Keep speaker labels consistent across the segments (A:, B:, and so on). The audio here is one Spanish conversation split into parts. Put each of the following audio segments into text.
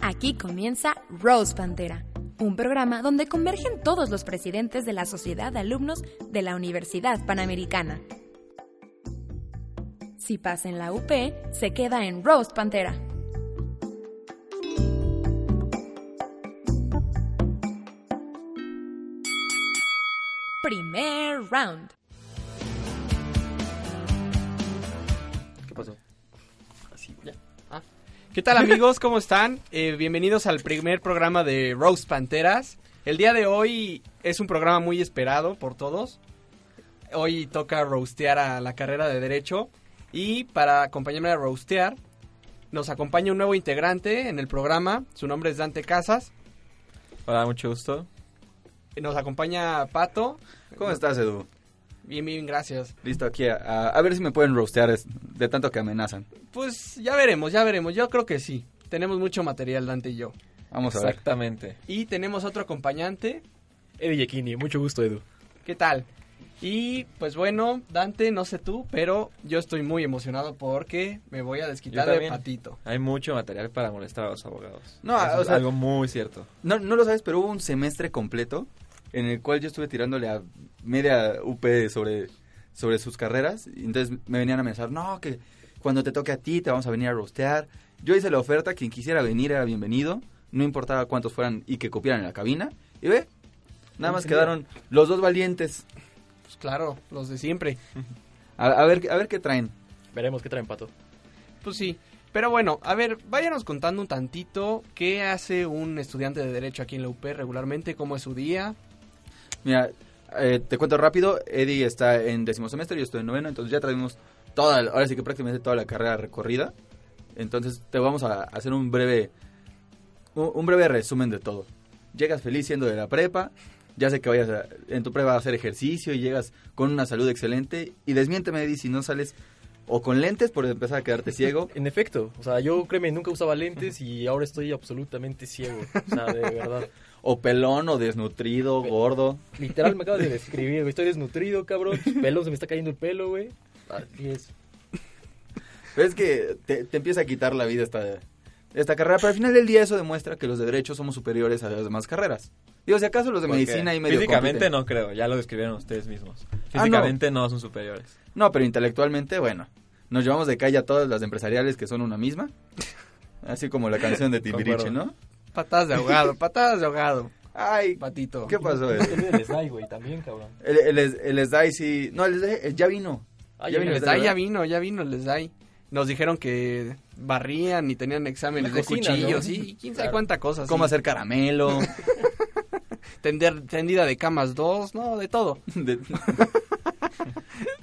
A: Aquí comienza Rose Pantera, un programa donde convergen todos los presidentes de la Sociedad de Alumnos de la Universidad Panamericana. Si pasa en la UP, se queda en Rose Pantera. Primer round.
B: ¿Qué pasó?
C: ¿Qué tal amigos? ¿Cómo están? Eh, bienvenidos al primer programa de Rose Panteras. El día de hoy es un programa muy esperado por todos. Hoy toca roastear a la carrera de Derecho. Y para acompañarme a roastear, nos acompaña un nuevo integrante en el programa. Su nombre es Dante Casas. Eh,
B: Hola, mucho gusto.
C: Nos acompaña Pato.
B: ¿Cómo estás, Edu?
C: Bien, bien, gracias.
B: Listo, aquí a, a- a ver si me pueden roastear es- de tanto que amenazan.
C: Pues ya veremos, ya veremos. Yo creo que sí. Tenemos mucho material, Dante y yo.
B: Vamos a ver.
D: Exactamente.
C: Y tenemos otro acompañante.
D: Eddie Yekini, mucho gusto, Edu.
C: ¿Qué tal? Y pues bueno, Dante, no sé tú, pero yo estoy muy emocionado porque me voy a desquitar
D: Yo
C: de
D: también.
C: patito.
D: Hay mucho material para molestar a los abogados.
B: No,
D: Eso
B: o
D: es
B: sea-
D: algo muy cierto.
B: No, no lo sabes, pero hubo un semestre completo en el cual yo estuve tirándole a media UP sobre, sobre sus carreras. Y entonces me venían a amenazar, no, que cuando te toque a ti te vamos a venir a roastear. Yo hice la oferta, quien quisiera venir era bienvenido. No importaba cuántos fueran y que copiaran en la cabina. Y ve, nada más
C: Entendido.
B: quedaron los dos valientes.
C: Pues claro, los de siempre.
B: A, a ver, a ver qué traen.
E: Veremos qué traen pato.
C: Pues sí. Pero bueno, a ver, váyanos contando un tantito qué hace un estudiante de Derecho aquí en la UP regularmente, cómo es su día.
B: Mira, eh, te cuento rápido, Eddie está en décimo semestre, yo estoy en noveno, entonces ya traemos toda, la- ahora sí que prácticamente toda la carrera recorrida. Entonces te vamos a hacer un breve, un, un breve resumen de todo. Llegas feliz siendo de la prepa, ya sé que vayas a- en tu prepa a hacer ejercicio y llegas con una salud excelente y desmiénteme Eddie si no sales o con lentes por empezar a quedarte ciego.
E: En efecto, o sea, yo créeme, nunca usaba lentes y ahora estoy absolutamente ciego. O sea, de verdad.
B: O pelón, o desnutrido, gordo.
E: Literal me acabas de describir, güey. Estoy desnutrido, cabrón. Pelo, se me está cayendo el pelo, güey. Así es.
B: Pero es que te, te empieza a quitar la vida esta, esta carrera. Pero al final del día eso demuestra que los de derecho somos superiores a las demás carreras. Digo, si acaso los de
D: Porque
B: medicina y medio
D: Físicamente
B: compiten.
D: no creo, ya lo describieron ustedes mismos.
B: Ah, no.
D: Físicamente no. son superiores.
B: No, pero intelectualmente, bueno. Nos llevamos de calle a todas las empresariales que son una misma. Así como la canción de Timbiriche,
D: Concuerdo.
B: ¿no?
C: Patadas de ahogado, patadas de ahogado,
B: Ay,
C: patito.
B: ¿qué pasó?
E: No se
B: Eddie?
E: olviden el slide, güey, también, cabrón.
B: El, el, el, SDAI sí... No, el SDAI ya vino.
E: Ah,
B: Ya
E: ya
B: vino
C: Les
B: el
E: vino.
C: da,
B: ¿verdad?
C: ya vino, ya vino, les da. ahí. Nos dijeron que barrían y tenían exámenes
E: La
C: de
E: cocina, ¿no?
C: cuchillos y quién sabe
E: Claro.
C: cuánta cosa. sí.
B: Cómo hacer caramelo.
C: Tender, tendida de camas dos, no, de todo.
B: De-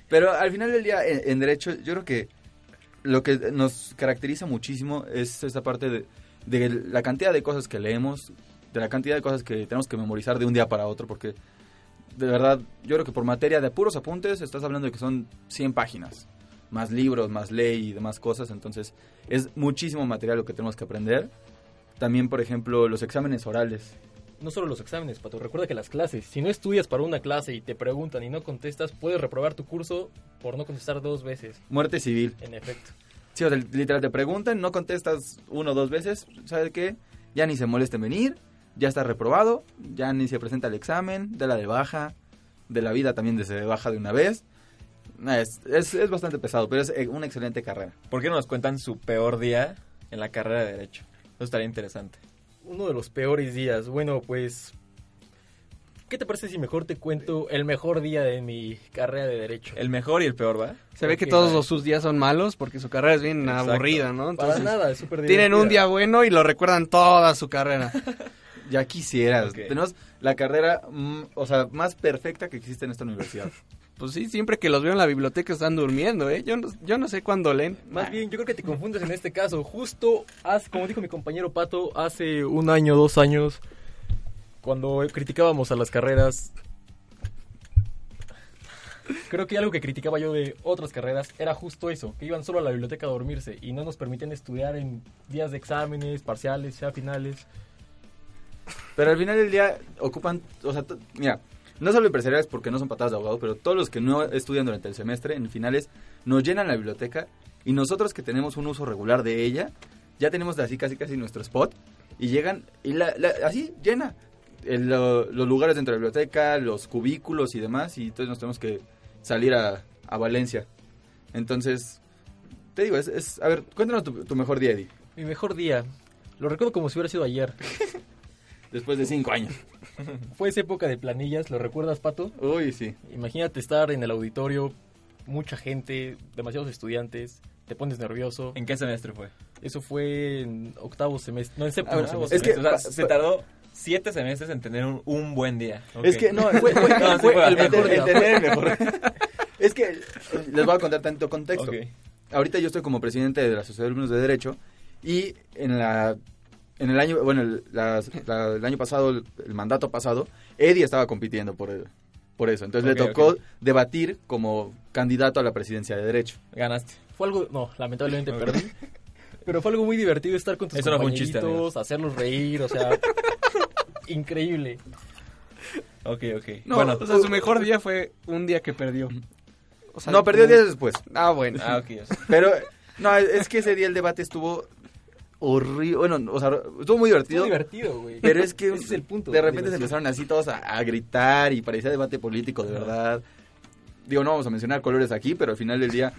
B: Pero al final del día, en, en derecho, yo creo que lo que nos caracteriza muchísimo es esta parte de, de la cantidad de cosas que leemos, de la cantidad de cosas que tenemos que memorizar de un día para otro, porque de verdad, yo creo que por materia de puros apuntes, estás hablando de que son 100 páginas, más libros, más ley y demás cosas, entonces es muchísimo material lo que tenemos que aprender. También, por ejemplo, los exámenes orales.
E: No solo los exámenes, pato. Recuerda que las clases. Si no estudias para una clase y te preguntan y no contestas, puedes reprobar tu curso por no contestar dos veces.
B: Muerte civil.
E: En efecto.
B: Sí, o sea, literal te preguntan, no contestas uno o dos veces, ¿sabes qué? Ya ni se molesta en venir, ya está reprobado, ya ni se presenta al examen, de la de baja, de la vida también de se de baja de una vez. Nah, Es, es- es bastante pesado, pero es eh, una excelente carrera.
D: ¿Por qué no nos cuentan su peor día en la carrera de Derecho? Eso estaría interesante.
E: Uno de los peores días. Bueno, pues. ¿Qué te parece si mejor te cuento el mejor día de mi carrera de Derecho?
D: El mejor y el peor, ¿va?
C: Se ve que
E: Ok,
C: todos
E: vale.
C: los sus días son malos porque su carrera es bien
D: Exacto.
C: aburrida, ¿no?
E: Para
C: Entonces,
E: nada, es súper
C: tienen un
E: divertida.
C: día bueno y lo recuerdan toda su carrera.
B: Ya quisieras,
D: Ok.
B: tenemos la carrera, mm, o sea, más perfecta que existe en esta universidad.
C: Pues sí, siempre que los veo en la biblioteca están durmiendo, ¿eh? Yo no, yo no sé cuándo leen.
E: Más bien, yo creo que te confundes en este caso. Justo, hace- como dijo mi compañero Pato, hace un año, dos años, cuando criticábamos a las carreras, creo que algo que criticaba yo de otras carreras era justo eso, que iban solo a la biblioteca a dormirse y no nos permitían estudiar en días de exámenes, parciales, ya finales.
B: Pero al final del día ocupan, o sea, to- mira, no solo empresariales porque no son patadas de abogado, pero todos los que no estudian durante el semestre, en finales, nos llenan la biblioteca y nosotros que tenemos un uso regular de ella, ya tenemos así casi casi nuestro spot y llegan y la, la- así llena el, lo- los lugares dentro de la biblioteca, los cubículos y demás y entonces nos tenemos que salir a, a Valencia. Entonces, te digo, es, es- a ver, cuéntanos tu, tu mejor día, Eddie,
E: Mi mejor día, lo recuerdo como si hubiera sido ayer.
B: después de cinco años.
E: Fue esa época de planillas, ¿lo recuerdas, Pato?
B: Uy, sí.
E: Imagínate estar en el auditorio, mucha gente, demasiados estudiantes, te pones nervioso.
D: ¿En qué semestre fue?
E: Eso fue en octavo semestre, no en
B: A
D: Ah,
E: séptimo
B: ver,
E: semestre.
B: es que-
D: O sea,
B: pa-
D: se
B: pa-
D: tardó siete semestres en tener un, un buen día. Ok.
B: Es que no, fue, fue-
D: No, sí
B: fue
D: fue
B: el
D: bastante.
B: mejor. el tener el mejor. es que eh, les voy a contar tanto contexto.
D: Ok.
B: Ahorita yo estoy como presidente de la Sociedad de Alumnos de Derecho y en la en el año, bueno, el, las- la- el año pasado, el, el mandato pasado, Eddie estaba compitiendo por por eso. Entonces
D: Ok,
B: le tocó
D: ok.
B: debatir como candidato a la presidencia de Derecho.
D: Ganaste.
E: Fue algo, no, lamentablemente perdí. Pero fue algo muy divertido estar con tus
D: Eso no fue un chiste,
E: compañeritos, hacerlos reír, o sea, increíble.
D: Ok, ok.
C: No,
D: bueno,
C: o sea, su mejor día fue un día que perdió. O sea,
B: No, perdió
C: como-
B: días después.
C: Ah, bueno.
D: ah, ok. o sea,
B: Pero no, es que ese día el debate estuvo horrible, bueno, o sea, estuvo muy
E: Fue
B: divertido.
E: divertido, güey.
B: Pero es que
E: Ese es el punto.
B: de repente se
E: Diversión.
B: empezaron así todos a, a gritar y parecía debate político, de verdad. Digo, no vamos a mencionar colores aquí, pero al final del día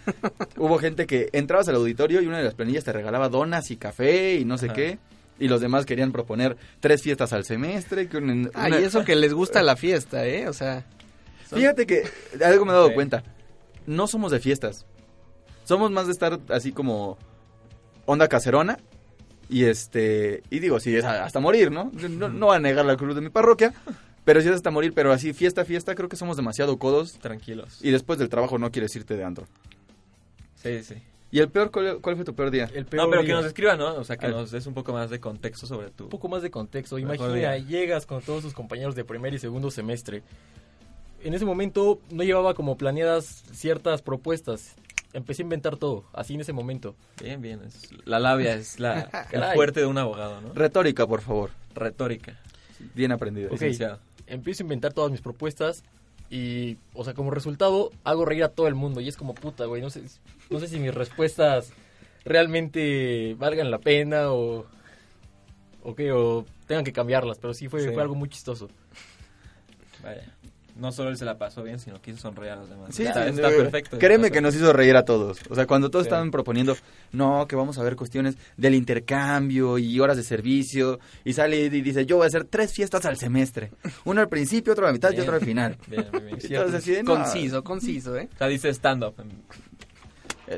B: hubo gente que entrabas al auditorio y una de las planillas te regalaba donas y café y no sé
D: Ajá.
B: qué. Y los demás querían proponer tres fiestas al semestre. Que un-
C: Ah,
B: una-
C: y eso que les gusta la fiesta, ¿eh? O sea,
B: Fíjate que de algo me he dado
D: Sí.
B: cuenta. No somos de fiestas. Somos más de estar así como onda caserona. Y este. Y digo, sí, es hasta morir, ¿no? No, no voy a negar la cruz de mi parroquia. Pero sí es hasta morir. Pero así, fiesta, fiesta, creo que somos demasiado codos.
D: tranquilos.
B: Y después del trabajo no quieres irte de antro.
D: Sí, sí.
B: ¿Y el peor, cuál, cuál fue tu peor día?
E: El peor
D: No, pero que
E: día.
D: nos escriban, ¿no? O sea, que
B: Al-
D: nos des un poco más de contexto sobre tu...
E: un poco más de contexto.
D: Mejor
E: Imagina,
D: día.
E: llegas con todos tus compañeros de primer y segundo semestre. En ese momento no llevaba como planeadas ciertas propuestas. Empecé a inventar todo, así en ese momento.
D: Bien, bien. es- la labia es la, el
E: Caray.
D: fuerte de un abogado, ¿no?
B: Retórica, por favor.
D: Retórica.
B: Bien aprendido.
E: Ok.
D: Licenciado.
E: Empiezo a inventar todas mis propuestas y, o sea, como resultado hago reír a todo el mundo y es como puta, güey. No sé, no sé si mis respuestas realmente valgan la pena o, o qué, o tengan que cambiarlas, pero sí fue,
D: Sí.
E: fue algo muy chistoso.
D: Vaya. No solo él se la pasó bien, sino quiso sonreír a los demás.
B: Sí,
D: está,
B: sí,
D: está
B: eh,
D: perfecto.
B: Créeme
D: está
B: que nos hizo reír a todos. O sea, cuando todos
D: Sí.
B: estaban proponiendo, no, que vamos a ver cuestiones del intercambio y horas de servicio, y sale y dice, yo voy a hacer tres fiestas al semestre. Una al principio, otra a la mitad y
D: Bien.
B: otra al final.
D: Bien, bien, bien.
B: Entonces, así de, no.
C: conciso, conciso, ¿eh?
D: O sea, dice stand-up.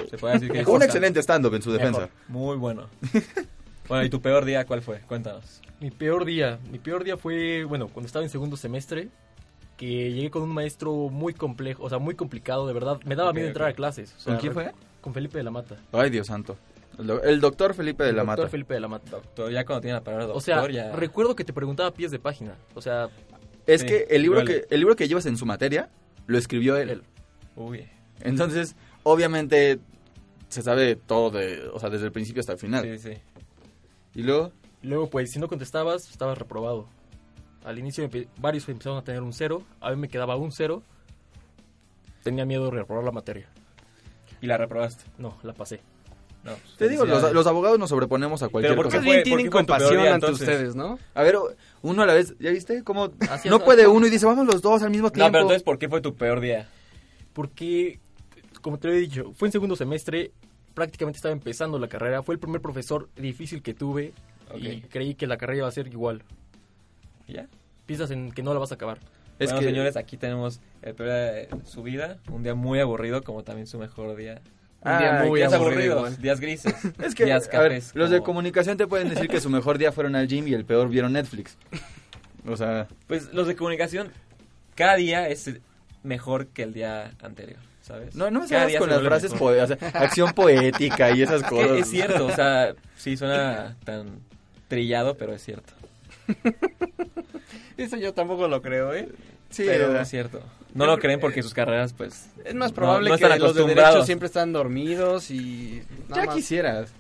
D: Se puede decir que dice
B: Eh, Un
D: stand-up.
B: excelente stand-up en su defensa.
E: Mejor.
D: Muy bueno. Bueno, ¿y tu peor día cuál fue? Cuéntanos.
E: Mi peor día, mi peor día fue, bueno, cuando estaba en segundo semestre, que llegué con un maestro muy complejo, o sea, muy complicado, de verdad, me daba
D: Ok,
E: miedo
D: ok.
E: entrar a clases. o sea,
B: ¿Con quién fue?
E: Con Felipe de la Mata.
B: Ay, Dios santo. El, do- el doctor Felipe de
E: El
B: la
E: doctor
B: Mata.
E: Felipe de la Mata.
D: Doctor, ya cuando tiene la palabra doctor,
E: o sea,
D: ya...
E: recuerdo que te preguntaba pies de página, o sea,
B: Es
D: Sí,
B: que el libro
D: duele.
B: que el libro que llevas en su materia lo escribió él.
E: Él.
D: Uy,
B: Entonces, obviamente se sabe todo de, o sea, desde el principio hasta el final.
D: sí, sí.
B: Y luego
E: luego pues si no contestabas, estabas reprobado. Al inicio empe- varios empezaron a tener un cero, a mí me quedaba un cero, tenía miedo de reprobar la materia.
D: Y la reprobaste.
E: No, la pasé.
D: No,
B: Te digo, los,
D: felicidades.
B: los abogados nos sobreponemos a cualquier
D: ¿por qué
B: cosa.
C: Más bien
D: fue-
C: tienen
D: por qué fue tu peor
C: compasión
D: día,
C: ante
D: entonces?
C: ustedes, ¿no?
B: A ver, uno a la vez, ¿ya viste? Como
E: Así
B: no
E: es,
B: puede
E: así es.
B: uno y dice, vamos los dos al mismo tiempo.
D: No, pero entonces, ¿por qué fue tu peor día?
E: porque, como te lo he dicho, fue en segundo semestre, prácticamente estaba empezando la carrera, fue el primer profesor difícil que tuve y
D: Ok.
E: creí que la carrera iba a ser igual.
D: ¿Ya?
E: Piensas en que no la vas a acabar.
D: Es
B: Es
D: bueno,
B: que-
D: señores, aquí tenemos el peor día de su vida, un día muy aburrido, como también su mejor día.
B: Ah,
C: muy
D: días
C: aburrido,
D: aburridos, días grises,
B: Es que,
D: días
B: a ver,
D: cafés.
B: los de
D: como-
B: comunicación te pueden decir que su mejor día fueron al gym y el peor vieron Netflix. O sea,
D: Pues los de comunicación, cada día es mejor que el día anterior, ¿sabes?
B: No, no me
D: Cada
B: salgas
D: día
B: con
D: se
B: las
D: vuelve
B: frases
D: mejor.
B: poderosas, acción poética y esas
D: Es
B: cosas.
D: que es cierto, o sea, sí suena tan trillado, pero es cierto.
C: Eso yo tampoco lo creo, ¿eh?
B: Sí, o
D: pero
B: sea,
D: es cierto. No lo creen porque sus carreras, pues,
C: Es más
D: No,
C: probable
D: no
C: que
D: están
C: los de
D: acostumbrados.
C: derecho siempre están dormidos y... nada
B: ya
C: más.
B: quisieras.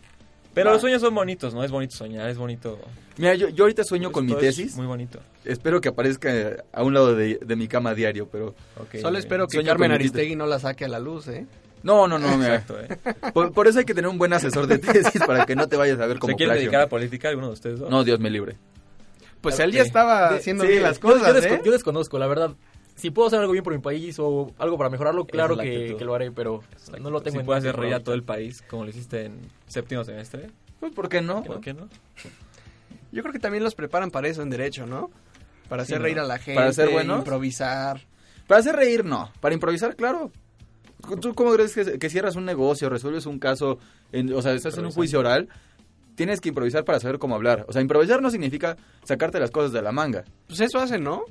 D: Pero
C: Va.
D: los sueños son bonitos, ¿no? Es bonito soñar, es bonito. Pues
B: Mira, yo, yo ahorita sueño con mi
D: Todo es
B: tesis.
D: Muy bonito.
B: Espero que aparezca a un lado de, de mi cama diario, pero...
D: Okay,
C: Solo
D: muy
C: espero que
B: Sueño
C: Carmen
B: con mi tita.
C: Aristegui no la saque a la luz, ¿eh?
B: No, no, no,
D: bien.
B: mira.
D: Exacto, ¿eh?
B: Por, por eso hay que tener un buen asesor de tesis para que no te vayas a ver como
D: ¿Se quiere
B: plagio.
D: dedicar a política alguno de ustedes dos?
B: No, Dios me libre.
C: Pues
D: Ok.
C: él ya estaba Ah, haciendo bien las cosas,
E: yo, desco-
C: ¿eh?
E: yo desconozco, la verdad. Si puedo hacer algo bien por mi país o algo para mejorarlo,
D: Esa
E: claro
D: es la
E: que,
D: actitud.
E: que lo haré, pero no lo tengo
D: si
E: en
D: puedes
E: mente
D: hacer reír a
E: ahorita.
D: todo el país como lo hiciste en séptimo semestre.
B: Pues, ¿por qué no?
D: ¿Por qué no?
C: Yo creo que también los preparan para eso en derecho, ¿no? Para
D: Sí,
C: hacer
D: ¿no?
C: reír a la gente,
B: Para ser buenos.
C: improvisar.
B: Para hacer reír, no. Para improvisar, claro. ¿Tú cómo crees que, que cierras un negocio, resuelves un caso, en- o sea, estás en un
D: Improvisando.
B: juicio oral? Tienes que improvisar para saber cómo hablar. O sea, improvisar no significa sacarte las cosas de la manga.
C: Pues eso hacen, ¿no?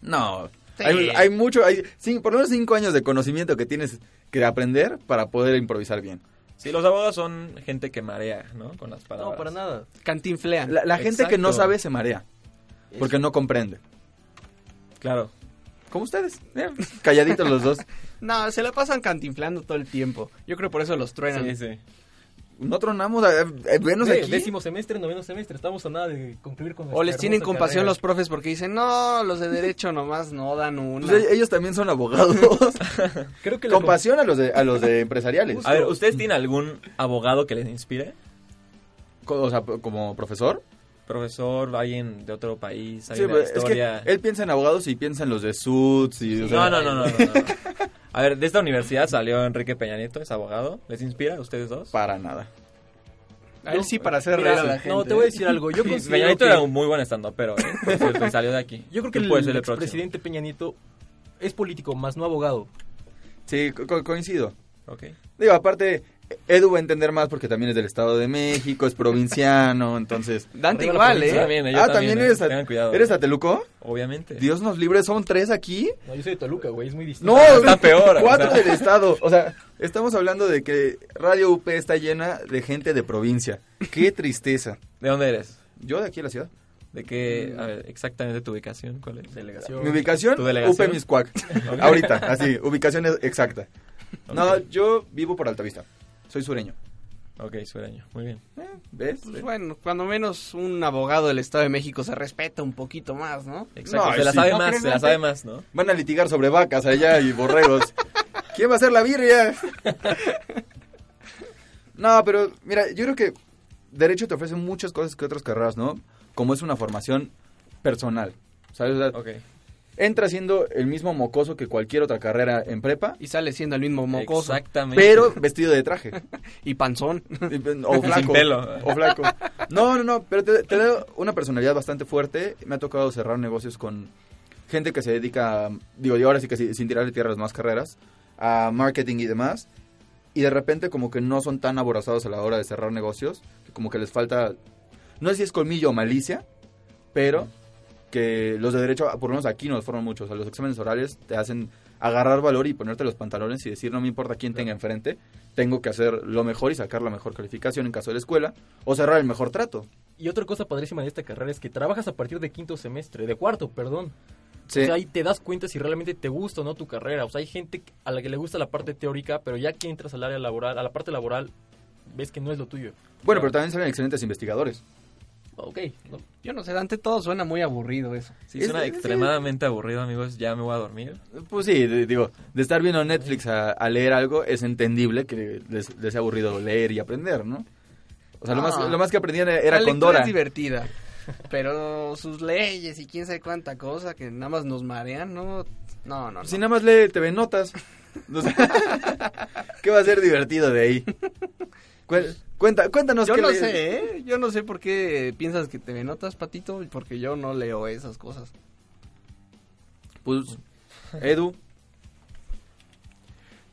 B: No.
C: Sí.
B: Hay, hay mucho, hay sí, por lo menos cinco años de conocimiento que tienes que aprender para poder improvisar bien.
D: Sí, los abogados son gente que marea, ¿no? Con las palabras.
E: No, para nada.
C: Cantinflean.
B: La, la gente que no
D: Exacto.
B: sabe se marea, porque no comprende.
D: Claro.
B: Como ustedes, eh, calladitos los dos.
C: No, se la pasan cantinflando todo el tiempo. Yo creo por eso los truenan.
D: Sí, sí.
B: No tronamos, eh, eh, venos
E: Ve,
B: aquí.
E: Décimo semestre, noveno semestre, estamos a nada de concluir con
C: O les
E: nuestra
C: tienen
E: hermosa
C: compasión
E: carrera.
C: los profes porque dicen, no, los de derecho nomás no dan una.
B: Pues e- ellos también son abogados.
D: Ah,
E: Creo que la
B: Compasión a los de, a los de empresariales.
D: A ver, ¿ustedes tienen algún abogado que les inspire?
B: Co- O sea, p- como profesor.
D: Profesor, alguien de otro país,
B: Sí,
D: alguien de
B: pero
D: la
B: es que
D: historia.
B: él piensa en abogados y piensa en los de Suits y o
D: No,
B: sea,
D: no, no, no, no, no. A ver, de esta universidad salió Enrique Peña Nieto, es abogado. ¿Les inspira a ustedes dos?
B: para nada.
C: a él sí para hacer
E: Mira,
C: reír a la gente. eh.
E: No, te voy a decir algo. Yo
D: Peña
E: considero
D: Nieto
E: que,
D: era un muy buen estando, pero eh, salió de aquí.
E: yo creo que
D: Él
E: el,
D: puede ser el próximo.
E: presidente Peña Nieto es político, más no abogado.
B: Sí, co- co- coincido.
D: Ok.
B: Digo, aparte, Edu va a entender más porque también es del Estado de México, es provinciano, entonces...
C: Dante igual,
E: Arriba la
D: Yo
E: policía.
C: ¿eh?
D: también, yo
B: ah, también,
D: eh,
B: eres, a-
D: Tengan cuidado.
B: eres Ateluco.
D: Obviamente.
B: Dios nos libre, ¿son tres aquí?
E: No, yo soy de Toluca, güey, es muy distinto.
B: No,
D: Está peor, o
B: Cuatro
D: sea.
B: del Estado. O sea, estamos hablando de que Radio UP está llena de gente de provincia. Qué tristeza.
D: ¿De dónde eres?
B: Yo de aquí a la ciudad.
D: ¿De qué? A ver, exactamente tu ubicación, ¿cuál es?
E: Delegación.
B: Mi ubicación,
D: ¿Tu delegación?
B: UP Miscuac. Ahorita, así, ubicación es- exacta. No,
D: Ok.
B: yo vivo por Altavista. Soy sureño.
D: Ok, sureño. Muy bien.
B: ¿Ves?
C: Pues bueno, cuando menos un abogado del Estado de México se respeta un poquito más, ¿no?
D: Exacto.
B: No,
D: se la
B: sí.
D: sabe
B: No,
D: más, se la
B: créeme.
D: sabe más, ¿no?
B: Van a litigar sobre vacas allá y borregos. ¿Quién va a hacer la birria? No, pero mira, yo creo que derecho te ofrece muchas cosas que otras carreras, ¿no? Como es una formación personal. ¿Sabes? O sea,
D: Ok.
B: entra siendo el mismo mocoso que cualquier otra carrera en prepa,
C: Y sale siendo el mismo mocoso
D: Exactamente.
B: pero vestido de traje.
C: y panzón.
B: O flaco.
D: pelo.
B: O flaco. No, no, no, pero te, te da una personalidad bastante fuerte. Me ha tocado cerrar negocios con gente que se dedica, a- digo, y ahora sí que sí, sin tirarle tierra a las más carreras, a marketing y demás. Y de repente como que no son tan aborazados a la hora de cerrar negocios, que como que les falta, no sé si es colmillo o malicia, pero que los de derecho, ah, por lo menos aquí nos forman mucho. O sea, los exámenes orales te hacen agarrar valor y ponerte los pantalones y decir, no me importa quién tenga enfrente, tengo que hacer lo mejor y sacar la mejor calificación en caso de la escuela o cerrar el mejor trato.
E: Y otra cosa padrísima de esta carrera es que trabajas a partir de quinto semestre, de cuarto, perdón. O sea, ahí te das cuenta si realmente te gusta o no tu carrera. O sea, hay gente a la que le gusta la parte teórica, pero ya que entras al área laboral, a la parte laboral, ves que no es lo tuyo.
B: bueno, pero también salen excelentes investigadores.
E: Ok, no,
D: Pues
C: Yo no sé, Dante, todo suena muy aburrido eso.
D: Sí, suena
B: Es- es-
D: extremadamente aburrido, amigos. Ya me voy a dormir.
B: Pues sí, de- digo, de estar viendo Netflix a, a leer algo es entendible que les, les sea aburrido leer y aprender, ¿no? O sea, lo,
C: Ah.
B: más, lo más que aprendían era
C: la
B: con
C: lectura
B: Dora.
C: es divertida. Pero sus leyes y quién sabe cuánta cosa que nada más nos marean, no, no, no. no.
B: Si nada más lee TV Notas. O sea, ¿Qué va a ser divertido de ahí? Cuel- Cuenta, cuéntanos
C: yo
B: qué
C: no
B: lees.
C: sé, ¿eh? Yo no sé por qué piensas que te notas, Patito, porque yo no leo esas cosas.
B: Pues, Edu,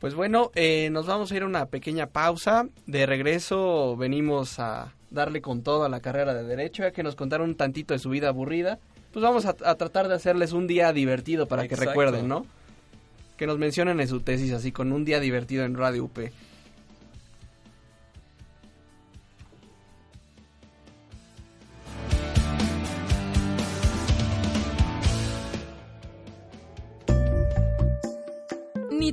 C: Pues bueno, eh, nos vamos a ir a una pequeña pausa. De regreso venimos a darle con todo a la carrera de Derecho, ya que nos contaron un tantito de su vida aburrida. Pues vamos a, a tratar de hacerles un día divertido para que
D: Exacto.
C: recuerden, ¿no? que nos mencionan en su tesis, así con un día divertido en Radio UP.
A: Ni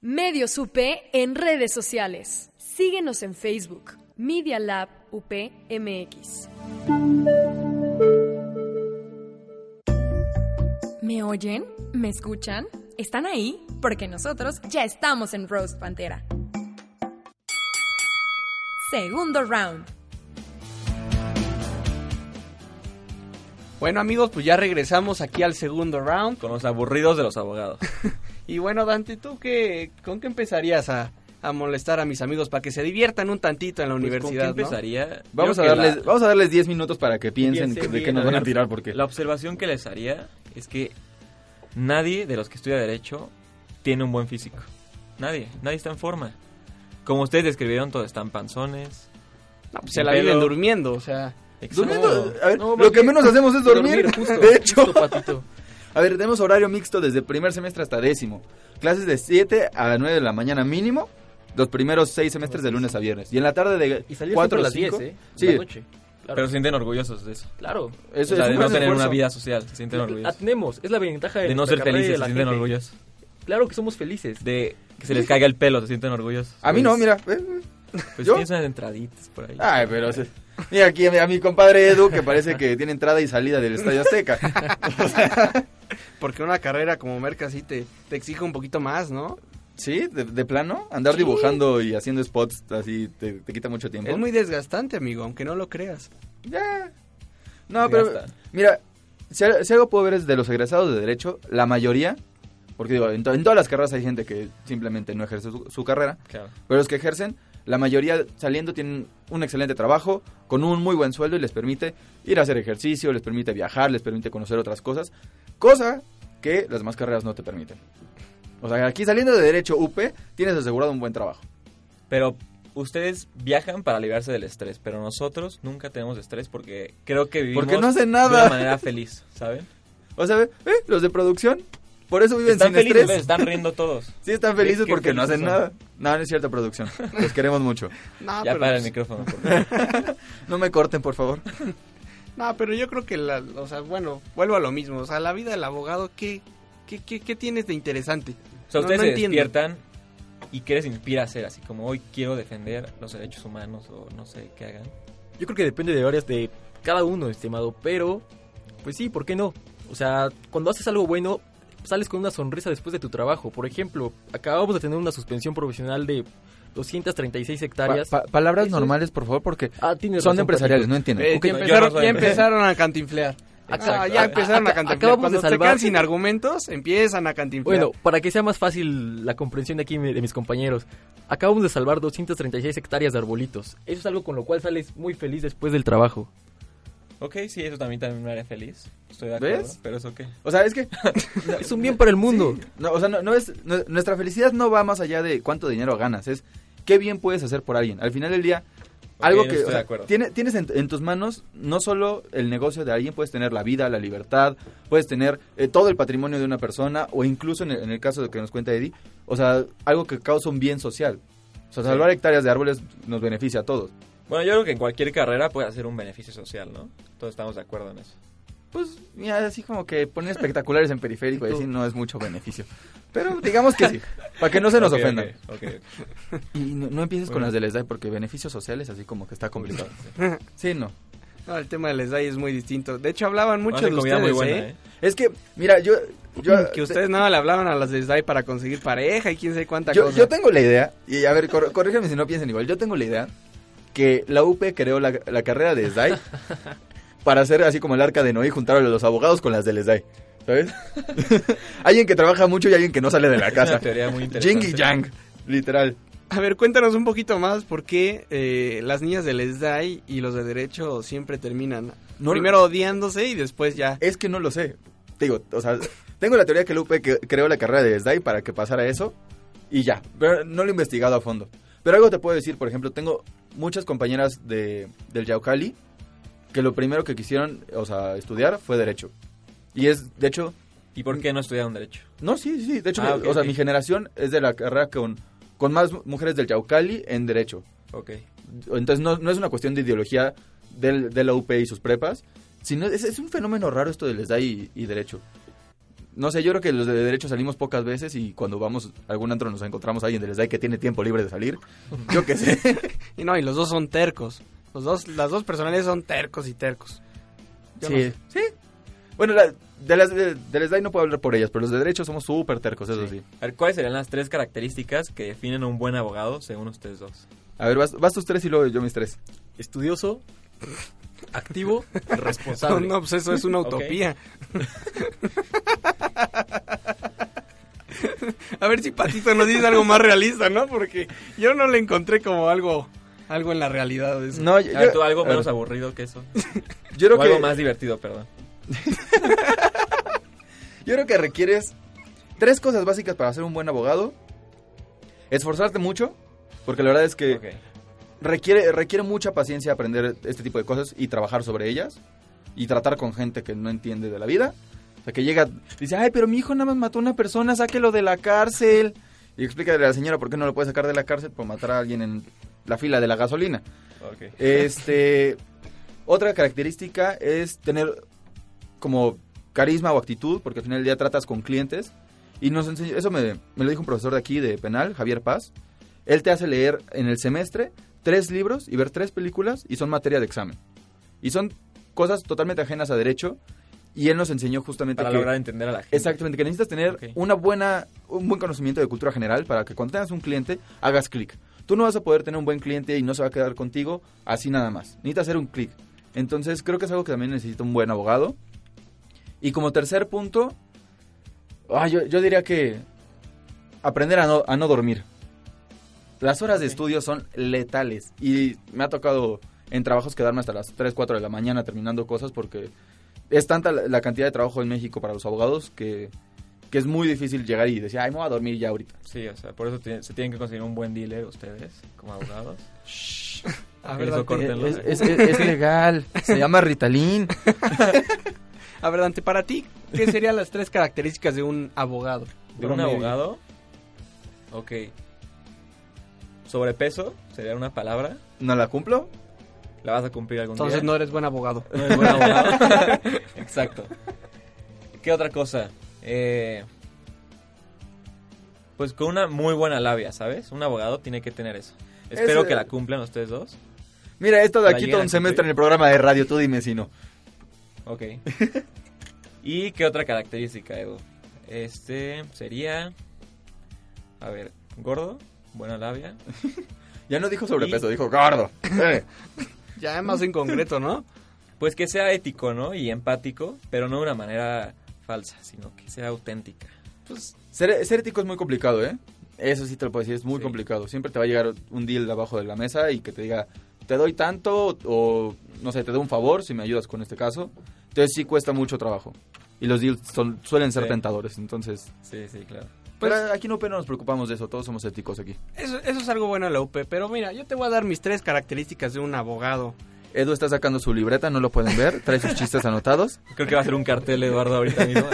F: Medios UP en redes sociales. Síguenos en Facebook, Media Lab UP MX.
A: ¿Me oyen? ¿Me escuchan? ¿Están ahí? Porque nosotros ya estamos en Roast Pantera. Segundo round.
C: Bueno amigos, pues ya regresamos aquí al segundo round.
D: Con los aburridos de los abogados.
B: Pues,
C: Y bueno Dante, ¿tú qué, con qué empezarías a, a molestar a mis amigos para que se diviertan un tantito en la
D: Pues, ¿Con qué
C: universidad? no?
D: empezaría?
B: Vamos
D: Yo
B: a,
D: que
B: darles,
D: la-
B: vamos a darles 10 minutos para que piensen
D: Piensen
B: de qué
D: bien,
B: nos van a
D: ver,
B: tirar, porque
D: La observación que les haría es que nadie de los que estudia Derecho tiene un buen físico. Nadie, nadie está en forma. Como ustedes describieron, todos están panzones.
C: No, pues se
D: Sin
C: la viven
D: pedo.
C: durmiendo, o sea.
B: Durmiendo,
D: Exacto.
B: a ver,
E: No,
B: lo
E: más
B: que
E: bien
B: menos hacemos es dormir.
E: justo,
B: de hecho,
E: justo, patito.
B: a ver, tenemos horario mixto desde primer semestre hasta décimo. Clases de 7 a 9 de la mañana mínimo. Los primeros 6 semestres de lunes a viernes. Y en la tarde
E: Y
B: de
E: salir
B: 4
E: cuatro
B: a
E: a
B: las
E: las 10,
B: 5.
E: ¿eh?
B: Sí.
E: De la noche. Claro.
D: Pero se sienten orgullosos de eso.
E: claro.
B: Eso
D: O sea, ¿eh? de
B: es un
D: no
B: gran
D: tener
B: esfuerzo.
D: una vida social, se sienten
E: La
D: orgullosos.
E: tenemos, es la ventaja de,
D: De no
E: nuestra
D: ser
E: carrera y de
D: felices, se
E: la
D: sienten
E: gente.
D: orgullosos.
E: Claro que somos felices.
D: De que se les caiga el pelo, se sienten orgullosos.
B: A mí no,
D: Pues-
B: mira. eh,
D: Pues
B: ¿Yo?
D: tienes unas entraditas por ahí.
B: Ay, pero. se- Mira aquí a mi compadre Edu, que parece que tiene entrada y salida del Estadio Azteca.
C: Porque una carrera como Merca sí te, te exige un poquito más, ¿no?
B: ¿Sí? ¿De, de plano? Andar dibujando y haciendo spots así te, te quita mucho tiempo.
C: Es muy desgastante, amigo, aunque no lo creas.
B: Ya. No,
D: Ya
B: pero
D: está.
B: mira, si, al- si algo puedo ver es de los egresados de Derecho, la mayoría, porque digo, en, to- en todas las carreras hay gente que simplemente no ejerce su, su carrera,
D: Claro.
B: pero los que ejercen, la mayoría saliendo tienen un excelente trabajo, con un muy buen sueldo y les permite ir a hacer ejercicio, les permite viajar, les permite conocer otras cosas, cosa que las demás carreras no te permiten. O sea, aquí saliendo de Derecho UP, tienes asegurado un buen trabajo.
D: Pero ustedes viajan para liberarse del estrés, pero nosotros nunca tenemos estrés porque creo que vivimos
B: Porque no hacen
D: de
B: nada.
D: una manera feliz, ¿saben?
B: O sea, ¿eh? los de producción, por eso viven
D: Están
B: sin
D: felices,
B: estrés.
D: están riendo todos.
B: Sí, están felices
D: ¿Qué- qué
B: porque no hacen
D: felices
B: nada. No, no es cierta producción. Los queremos mucho.
C: No,
D: ya
C: pero,
D: para el
C: pues,
D: micrófono. por favor.
B: No me corten, por favor.
C: no, pero yo creo que, la, o sea, bueno, vuelvo a lo mismo. O sea, la vida del abogado, ¿qué, qué, qué, qué tienes de interesante?
D: O sea,
C: No,
D: ustedes
C: no
D: se
C: entiendo.
D: despiertan y qué les inspira a hacer, así como hoy quiero defender los derechos humanos o no sé qué hagan.
E: Yo creo que depende de varias de cada uno, estimado, pero pues sí, ¿por qué no? O sea, cuando haces algo bueno, sales con una sonrisa después de tu trabajo. Por ejemplo, acabamos de tener una suspensión provisional de 236 hectáreas.
B: palabras
E: Eso es-
B: normales, por favor, porque
E: Ah, tienes
B: son
E: razón,
B: empresariales, no entienden.
C: Eh,
D: Ok,
C: ya,
D: yo no
C: empezaron,
D: soy
C: ya
D: empresario.
C: empezaron a cantinflear.
E: Exacto.
C: Ah, ya empezaron a,
E: Aca-
C: cantinflear.
E: acabamos
C: Cuando
E: de
C: se
E: salvar-
C: quedan sin argumentos, empiezan a cantinflear.
E: Bueno, para que sea más fácil la comprensión de aquí mi- de mis compañeros, acabamos de salvar 236 hectáreas de arbolitos. Eso es algo con lo cual sales muy feliz después del trabajo.
D: Ok, sí, eso también, también me haría feliz. Estoy de acuerdo.
B: ¿Ves?
D: Pero eso qué.
B: O sea, es que
E: Es un bien para el mundo.
B: no, o sea, no, no es no- nuestra felicidad no va más allá de cuánto dinero ganas, es qué bien puedes hacer por alguien. Al final del día
D: Ok,
B: algo
D: en
B: que
D: eso estoy
B: o sea,
D: de acuerdo.
B: tiene- tienes en, en tus manos no solo el negocio de alguien, puedes tener la vida, la libertad, puedes tener eh, todo el patrimonio de una persona o incluso en el, en el caso de que nos cuenta Eddie, o sea, algo que causa un bien social. O sea, salvar hectáreas de árboles nos beneficia a todos.
D: Bueno, yo creo que en cualquier carrera puede hacer un beneficio social, ¿no? Todos estamos de acuerdo en eso.
B: Pues mira, así como que ponen espectaculares en periférico y así no es mucho beneficio. Pero digamos que sí, para que no se nos
D: Ok, ok,
B: ofendan.
D: ok, ok.
B: Y no, no empieces con
D: Bueno.
B: las del SDAI porque beneficios sociales así como que está complicado. Sí, no.
C: No, el tema del SDAI es muy distinto. De hecho, hablaban mucho
D: Hacen
C: de
D: comida
C: ustedes,
D: muy buena,
C: ¿eh?
D: ¿eh?
B: Es que, mira, yo... yo
C: que ustedes nada le hablaban a las de SDAI para conseguir pareja y quién sabe cuánta
B: yo,
C: cosa.
B: yo tengo la idea, y a ver, cor- corrígeme si no piensan igual, yo tengo la idea que la UP creó la, la carrera de SDAI para hacer así como el arca de Noé y juntar a los abogados con las del SDAI. ¿Sabes? alguien que trabaja mucho y alguien que no sale de la
D: Es una
B: casa.
D: teoría muy
B: Jing
D: interesante.
B: y Yang, literal.
C: A ver, cuéntanos un poquito más por qué eh, las niñas del SDAI y los de derecho siempre terminan
B: No- Eh.
C: primero odiándose y después ya.
B: Es que no lo sé. Te Digo, o sea, tengo la teoría que Lupe que- creó la carrera de SDAI para que pasara eso y ya. Pero no lo he investigado a fondo. Pero algo te puedo decir, por ejemplo, tengo muchas compañeras de, del Yaucali que lo primero que quisieron, o sea, estudiar fue Derecho. Y es, de hecho,
D: ¿Y por qué no estudiaron derecho?
B: no, sí, sí, de hecho,
D: Ah,
B: mi-
D: ok,
B: o sea,
D: ok.
B: mi generación es de la carrera con, con más mu- mujeres del Yaucali en Derecho.
D: Ok.
B: Entonces no, no es una cuestión de ideología del, de la UP y sus prepas, sino es, es un fenómeno raro esto del SDAI y, y derecho. No sé, yo creo que los de derecho salimos pocas veces y cuando vamos a algún antro nos encontramos a alguien del SDAI que tiene tiempo libre de salir. Yo qué sé.
C: Y no, y los dos son tercos. Los dos, las dos personalidades son tercos y tercos. Yo no sé.
B: Sí. Bueno, la- de las de- del SDAI no puedo hablar por ellas, pero los de derecho somos súper tercos, eso sí.
D: A ver, ¿cuáles serían las tres características que definen a un buen abogado según ustedes dos?
B: A ver, vas, vas tus tres y luego yo mis tres.
E: Estudioso, activo y
C: No,
E: responsable.
C: no, pues eso es una
D: Ok.
C: utopía. A ver si Patito nos dice algo más realista, ¿no? Porque yo no le encontré como algo, algo en la realidad. de eso.
B: No, yo,
D: A ver, Ah, tú
B: yo,
D: algo
B: a ver.
D: menos aburrido que eso.
B: yo creo
D: o algo
B: que...
D: más divertido, perdón.
B: Yo creo que requieres tres cosas básicas para ser un buen abogado. Esforzarte mucho, porque la verdad es que
D: Ok.
B: requiere, requiere mucha paciencia aprender este tipo de cosas y trabajar sobre ellas y tratar con gente que no entiende de la vida. O sea, que llega, dice, ay, pero mi hijo nada más mató a una persona, sáquelo de la cárcel. Y explícale a la señora por qué no lo puede sacar de la cárcel por matar a alguien en la fila de la gasolina.
D: Ok.
B: Este, otra característica es tener como carisma o actitud, porque al final del día tratas con clientes. Y nos enseñó, eso me, me lo dijo un profesor de aquí de penal, Javier Paz. Él te hace leer en el semestre tres libros y ver tres películas y son materia de examen. Y son cosas totalmente ajenas a derecho. Y él nos enseñó justamente
D: Para
B: que-
D: lograr entender a la gente.
B: Exactamente, que necesitas tener
D: Ok.
B: una buena, un buen conocimiento de cultura general para que cuando tengas un cliente hagas clic. Tú no vas a poder tener un buen cliente y no se va a quedar contigo así nada más. Necesitas hacer un clic. Entonces creo que es algo que también necesita un buen abogado. Y como tercer punto, ah, yo, yo diría que aprender a no, a no dormir. Las horas de estudio son letales y me ha tocado en trabajos quedarme hasta las 3, 4 de la mañana terminando cosas porque es tanta la, la cantidad de trabajo en México para los abogados que, que es muy difícil llegar y decir, ay, me voy a dormir ya ahorita.
D: Sí, o sea, por eso tiene- se tienen que conseguir un buen dealer ustedes, como abogados.
C: A
D: Ok,
C: ver,
D: eso
C: Dante,
D: córtenlo.
B: legal, se llama Ritalin.
C: a ver, Dante, para ti, ¿qué serían las tres características de un abogado?
D: De un
C: Promedio.
D: abogado. Ok. Sobrepeso sería una palabra.
B: ¿No la cumplo?
D: La vas a cumplir algún
C: Entonces
D: día.
C: no eres buen abogado.
D: No es buen abogado. Exacto. ¿Qué otra cosa? Eh, pues con una muy buena labia, ¿sabes? Un abogado tiene que tener eso. Espero
B: Ese-
D: que la cumplan ustedes dos.
B: Mira, esto
D: La
B: de aquí
D: llegan
B: todo
D: a
B: un semestre
D: cumplir.
B: en el programa de radio, tú dime si no.
D: Ok. ¿Y qué otra característica, Edu? Este sería. A ver, gordo, buena labia.
B: Ya no dijo sobrepeso, dijo gordo. Eh,
C: Ya más en concreto, ¿no?
D: Pues que sea ético, ¿no? Y empático, pero no de una manera falsa, sino que sea auténtica.
B: pues, ser, ser ético es muy complicado, ¿eh? Eso sí te lo puedo decir, es muy
D: Sí.
B: complicado. Siempre te va a llegar un deal de abajo de la mesa y que te diga, te doy tanto o, no sé, te doy un favor si me ayudas con este caso. Entonces sí cuesta mucho trabajo. Y los deals son- suelen ser
D: Sí. Pues
B: tentadores, entonces...
D: Sí, sí, claro.
B: Pero aquí no, pero nos preocupamos de eso, todos somos éticos aquí.
C: Eso, eso es algo bueno de la UP. Pero mira, yo te voy a dar mis tres características de un abogado.
B: Edu está sacando su libreta, no lo pueden ver, trae sus chistes anotados.
D: Creo que va a ser un cartel, Eduardo, ahorita mismo.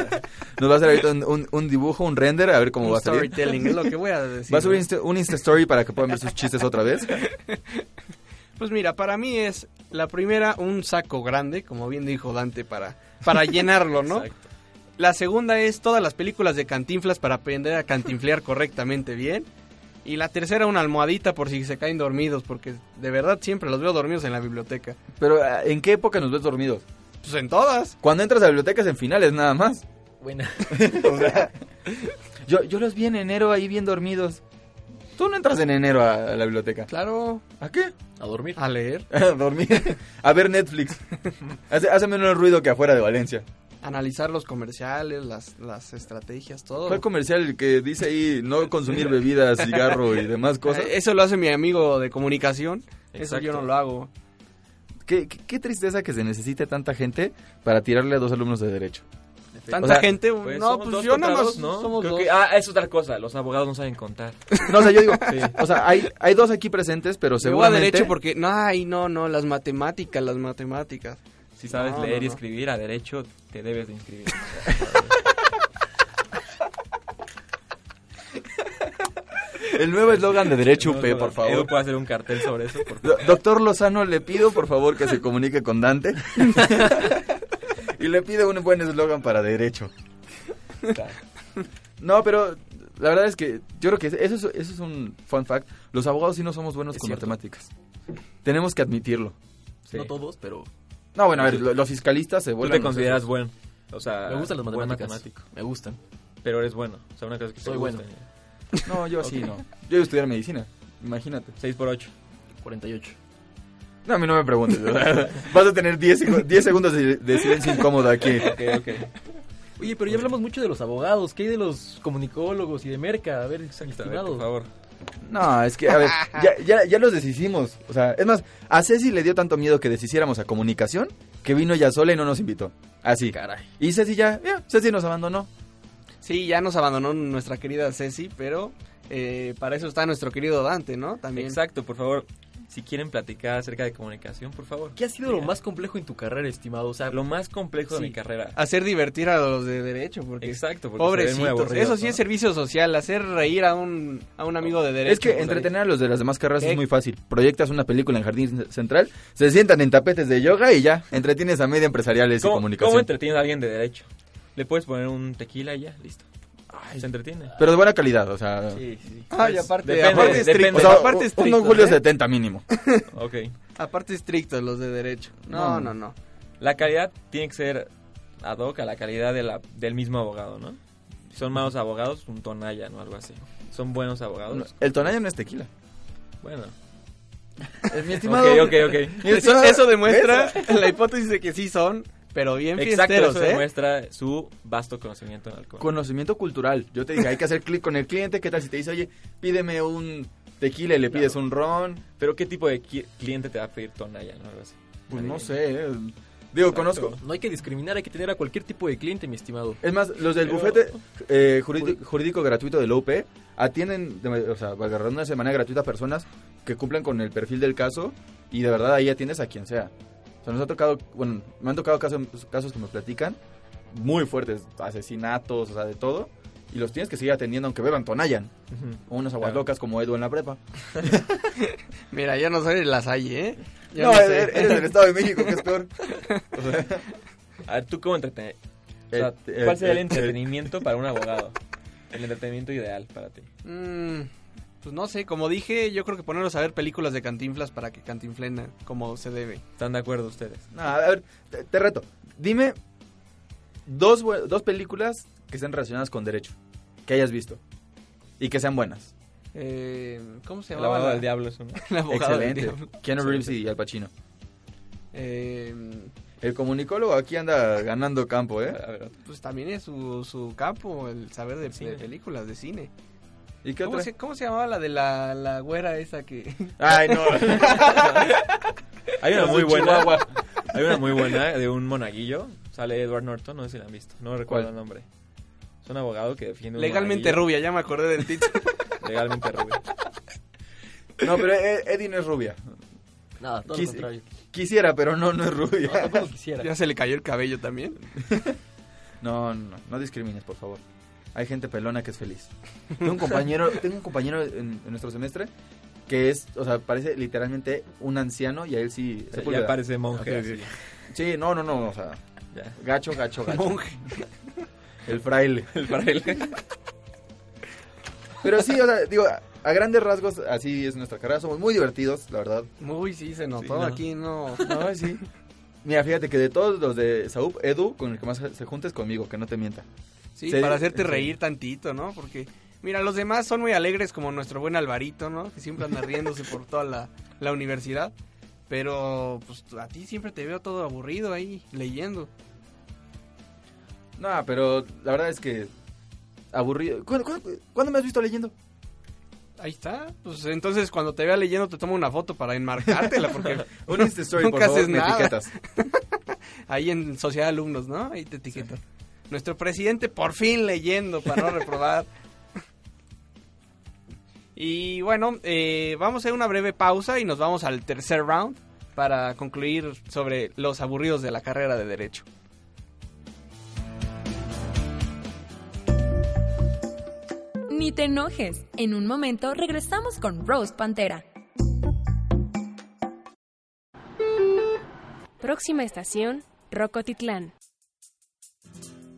B: Nos va a hacer ahorita un, un- un dibujo, un render, a ver cómo
C: Un
B: va a salir.
C: storytelling, es lo que voy a decir.
B: Va a subir
C: ¿no?
B: Insta- un Insta Story para que puedan ver sus chistes otra vez.
C: Pues mira, para mí es la primera un saco grande, como bien dijo Dante, para, para llenarlo, ¿no?
D: Exacto.
C: La segunda es todas las películas de cantinflas para aprender a cantinflear correctamente bien. Y la tercera una almohadita por si se caen dormidos, porque de verdad siempre los veo dormidos en la biblioteca.
B: Pero, ah, ¿en qué época nos ves dormidos?
C: Pues en todas.
B: Cuando entras a bibliotecas en finales, nada más.
E: Buena.
B: Yo, yo los vi en enero ahí bien dormidos. Tú no entras en enero a, a la biblioteca.
C: Claro,
B: ¿A qué?
E: A dormir.
C: a leer,
B: A dormir. A ver Netflix. Hace, hace menos ruido que afuera de Valencia.
C: analizar los comerciales, las, las estrategias, todo.
B: ¿Cuál comercial el que dice ahí no consumir bebidas, cigarro y demás cosas?
C: Eh, Eso lo hace mi amigo de comunicación. Eso
D: Exacto.
C: yo no lo hago.
B: Qué, qué- qué tristeza que se necesite tanta gente para tirarle a dos alumnos de derecho.
C: Tanta
B: O sea,
C: gente,
D: Pues,
C: no,
D: somos
C: pues
D: dos
C: yo
D: contra
C: nada más
D: dos, ¿no?
C: somos
D: Creo
C: dos.
D: que- ah, es otra cosa, los abogados no saben contar.
B: No, o sea, yo digo, o sea, hay, hay dos aquí presentes, pero
D: pues,
C: Me voy a
B: seguramente...
C: derecho porque, no, ay, no, no, las matemáticas, las matemáticas.
D: Si sabes
C: No,
D: leer
C: no,
D: y
C: no.
D: escribir a derecho, te debes de inscribir.
B: El nuevo eslogan de derecho UP,
D: No, no,
B: por
D: Edu
B: favor.
D: puede hacer un cartel sobre eso. por favor.
B: Do- Doctor Lozano, le pido por favor que se comunique con Dante. y le pido un buen eslogan para derecho. No, pero la verdad es que yo creo que eso es, eso es un fun fact. Los abogados sí no somos buenos
D: Es
B: con
D: cierto.
B: matemáticas. Tenemos que admitirlo.
E: No todos, pero
B: No, bueno, a ver, lo- los fiscalistas se
D: Tú
B: vuelven...
D: te consideras bueno. O sea,
E: me gustan las
D: buen
E: matemáticas.
D: matemático.
E: Me gustan.
D: Pero eres bueno. O sea, una cosa es que te
E: Soy
D: gusta.
E: bueno.
B: No, yo sí, no. Yo iba a estudiar medicina, imagínate.
D: 6 por 8.
E: 48.
B: No, a mí no me preguntes. o sea, Vas a tener 10 secu- 10 segundos de, de silencio incómodo aquí.
E: Oye, pero ya hablamos mucho de los abogados. ¿Qué hay de los comunicólogos y de merca? A
D: A
E: ver,
D: ver, por
E: estimado.
D: favor.
B: No, es que, a ver, ya, ya, ya los deshicimos. O sea, es más, a Ceci le dio tanto miedo que deshiciéramos a comunicación que vino ya sola y no nos invitó. Así.
E: Caray.
B: Y Ceci ya, ya, Ceci nos abandonó.
C: Sí, ya nos abandonó nuestra querida Ceci, pero eh, para eso está nuestro querido Dante, ¿no? También.
D: Exacto, por favor. Si quieren platicar acerca de comunicación, por favor.
E: ¿Qué ha sido lo más complejo en tu carrera, estimado? O sea,
D: Lo más complejo
E: Sí.
D: de mi carrera.
C: Hacer divertir a los de derecho, porque.
D: Exacto, porque se ven muy
C: Ah, Pobrecitos.
D: aburridos,
C: Eso sí
D: ¿no?
C: es servicio social, hacer reír a un, a un amigo de derecho.
B: es que
C: pues,
B: entretener a los de las demás carreras
C: Eh.
B: es muy fácil. Proyectas una película en Jardín Central, se sientan en tapetes de yoga y ya, entretienes a media empresariales y
D: ¿Cómo,
B: comunicación.
D: ¿Cómo entretienes a alguien de derecho? Le puedes poner un tequila y ya, listo. Se entretiene.
B: Pero de buena calidad, o sea...
D: Sí, sí.
C: Ay, Ah, aparte,
D: Depende,
C: aparte
D: depende. Oh,
C: estrictos.
B: O sea,
C: aparte
B: un-
C: estrictos,
B: unos Julio
C: ¿eh?
B: 70 mínimo.
D: Ok.
C: Aparte estrictos los de derecho. No, no, no.
D: La calidad tiene que ser ad hoc a la calidad de la- del mismo abogado, ¿no? Si son malos abogados, un tonalla, ¿no? Algo así. Son buenos abogados.
B: El tonalla no es tequila.
D: Bueno.
B: Eh, Mi estimado...
D: Ok, ok, ok.
B: mi
C: Eso,
B: estimado-
C: eso demuestra la hipótesis de que sí son, pero bien
D: Exacto,
C: fiesteros,
D: eso
C: ¿eh?
D: demuestra su vasto conocimiento en alcohol.
B: Conocimiento cultural. Yo te dije, hay que hacer clic con el cliente. ¿Qué tal si te dice, oye, pídeme un tequila y le pides un ron?
D: Pero ¿qué tipo de qui- cliente te va a pedir tonalla, no? Algo así.
B: Pues
D: Ahí.
B: no sé. eh. Digo,
D: Exacto.
B: conozco.
E: no hay que discriminar, hay que tener a cualquier tipo de cliente, mi estimado.
B: Es más, los del
D: Pero-
B: bufete eh, juridi- jurídico gratuito de la UP atienden, de ma- o sea, agarrando de manera gratuita a personas que cumplen con el perfil del caso y de verdad ahí atiendes a quien sea. O sea, nos ha tocado, bueno, me han tocado casos, casos que me platican muy fuertes, asesinatos, o sea, de todo, y los tienes que seguir atendiendo aunque beban tonayan.
D: Ujú.
B: O unas aguas locas como Edu en la prepa.
C: Mira, yo no soy de las hay, ¿eh? Yo
B: no, e-
C: no sé.
B: eres del Estado de México, que es peor.
D: A ver, ¿tú cómo entretener? O
B: Eh,
D: sea,
E: Eh,
D: ¿Cuál sería el entretenimiento para un abogado? El entretenimiento ideal para ti.
C: Mm, pues no sé, como dije, yo creo que ponerlos a ver películas de cantinflas para que cantinflen como se debe.
D: ¿Están de acuerdo ustedes?
B: No, a ver, te, te reto. Dime dos, bu- dos películas que estén relacionadas con derecho, que hayas visto y que sean buenas.
C: Eh, ¿Cómo se
D: El
C: llama?
D: abogado del diablo es uno.
C: El abogado del
B: Excelente.
C: diablo.
B: Keanu Reeves y Al Pacino.
C: Eh,
B: El comunicólogo aquí anda ganando campo,
E: Ah,
B: ¿eh?
D: A ver, otro.
C: pues también es su, su campo, el saber de,
D: Cine.
C: de películas, de cine.
B: ¿Y qué
C: ¿Cómo
B: otra?
C: se, ¿Cómo se llamaba la de la, la güera esa que...
B: Ay, no.
D: Hay una muy
B: Un
D: buena. Hay una muy buena de un monaguillo. Sale Edward Norton, no sé si la han visto. No recuerdo
B: ¿Cuál?
D: el nombre. Es un abogado que defiende un
C: Legalmente
D: monaguillo.
C: rubia, ya me acordé del título.
D: Legalmente rubio.
B: No, pero eh, Eddie no es rubia.
E: Nada, todo
B: Quis-
E: lo contrario.
B: Quisiera, pero no, no es
E: No,
B: rubia.
E: tampoco quisiera.
C: ya se le cayó el cabello también.
B: No, no, no discrimines, por favor. Hay gente pelona que es feliz. Tengo un compañero, tengo un compañero en, en nuestro semestre que es, o sea, parece literalmente un anciano y a él sí.
D: O sea,
B: Sepúlveda.
D: ya parece monje.
B: Ok,
D: así.
B: Sí, no, no, no, o sea,
D: Ya.
B: gacho, gacho, gacho.
C: Monje.
B: El fraile.
D: El fraile.
B: Pero sí, o sea, digo, a- a grandes rasgos así es nuestra carrera. Somos muy divertidos, la verdad.
C: Uy, sí, se notó
D: Sí, no.
C: aquí, no.
B: No, sí. Mira, fíjate que de todos los de Saúl, Edu, con el que más se junta es conmigo, que no te mienta.
C: Sí,
B: Sí,
C: para hacerte
B: sí.
C: reír tantito, ¿no? Porque Mira, los demás son muy alegres como nuestro buen Alvarito, ¿no? Que siempre anda riéndose por toda la, la universidad. Pero pues a ti siempre te veo todo aburrido ahí leyendo.
B: No, pero la verdad es que aburrido. ¿Cuándo, cuándo- cuándo me has visto leyendo?
C: Ahí está. Pues entonces cuando te vea leyendo te tomo una foto para enmarcártela porque
B: Un Insta Story, por
C: Nunca
B: favor,
C: haces
B: me
C: nada.
B: etiquetas.
C: ahí en Sociedad de Alumnos, ¿no? Ahí te etiqueto. Nuestro presidente por fin leyendo para no reprobar. Y bueno, eh, vamos a hacer una breve pausa y nos vamos al tercer round para concluir sobre los aburridos de la carrera de Derecho.
A: Ni te enojes. En un momento regresamos con Rose Pantera.
G: Próxima estación, Rocotitlán.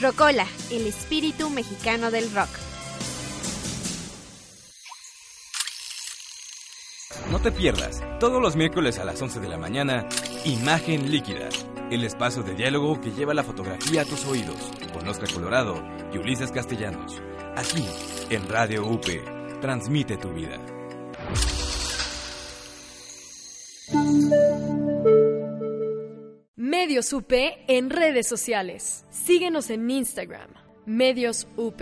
H: Rocola, el espíritu mexicano del rock.
I: No te pierdas, todos los miércoles a las 11 de la mañana, Imagen Líquida, el espacio de diálogo que lleva la fotografía a tus oídos, con Oscar Colorado y Ulises Castellanos, aquí en Radio UP, transmite tu vida.
F: Medios UP en redes sociales. Síguenos en Instagram, Medios UP.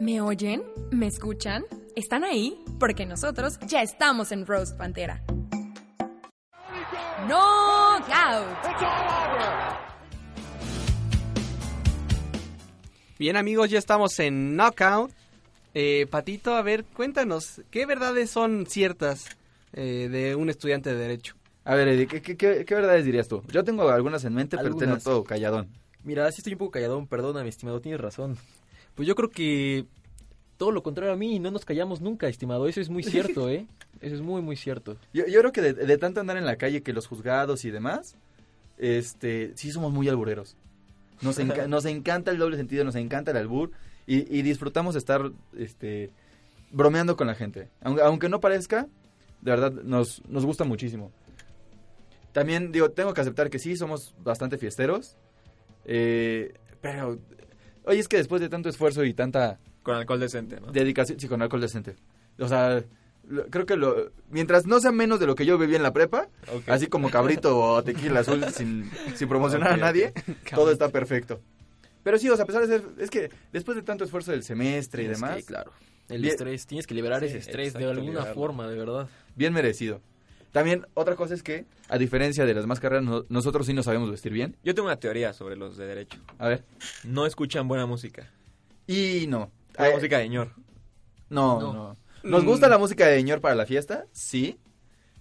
A: ¿Me oyen? ¿Me escuchan? ¿Están ahí? Porque nosotros ya estamos en Rose Pantera. ¡No
C: Bien amigos, ya estamos en Knockout. Eh, Patito, a ver, cuéntanos, ¿qué verdades son ciertas eh, de un estudiante de Derecho?
B: A ver, Eddie, ¿qué, qué, qué- qué verdades dirías tú? Yo tengo algunas en mente, pero te
E: Algunas.
B: noto calladón.
E: Mira, sí estoy un poco calladón, perdona, mi estimado, tienes razón. Pues yo creo que todo lo contrario a mí, no nos callamos nunca, estimado. Eso es muy cierto, ¿eh? Eso es muy, muy cierto.
B: Yo, yo creo que de, de tanto andar en la calle que los juzgados y demás, este, sí somos muy albureros. Nos, enca- nos encanta el doble sentido, nos encanta el albur y, y disfrutamos de estar este, bromeando con la gente. Aunque, aunque no parezca, de verdad nos, nos gusta muchísimo. También digo, tengo que aceptar que sí, somos bastante fiesteros, eh, pero... Oye, es que después de tanto esfuerzo y tanta
D: Con alcohol decente, ¿no?
B: dedicación, sí, con alcohol decente. O sea, lo- creo que lo, mientras no sea menos de lo que yo bebí en la prepa,
D: Ok.
B: así como cabrito o tequila azul sin, sin promocionar
D: Ok,
B: a nadie, todo está perfecto. Pero sí, o sea, a pesar de ser, es que después de tanto esfuerzo del semestre y
E: Tienes
B: demás,
E: que, claro. El
B: Bien.
E: estrés, tienes que liberar
D: Sí,
E: ese estrés
D: exacto,
E: de alguna
D: liberarlo.
E: forma, de verdad.
B: bien merecido. También otra cosa es que, a diferencia de las más carreras, no- nosotros sí nos sabemos vestir bien.
D: Yo tengo una teoría sobre los de derecho.
B: A ver.
D: No escuchan buena música.
B: Y no.
D: La
B: Eh,
D: música de ñor.
B: No,
E: No.
B: no. Nos
C: Mm.
B: gusta la música de Ñor para la fiesta, sí.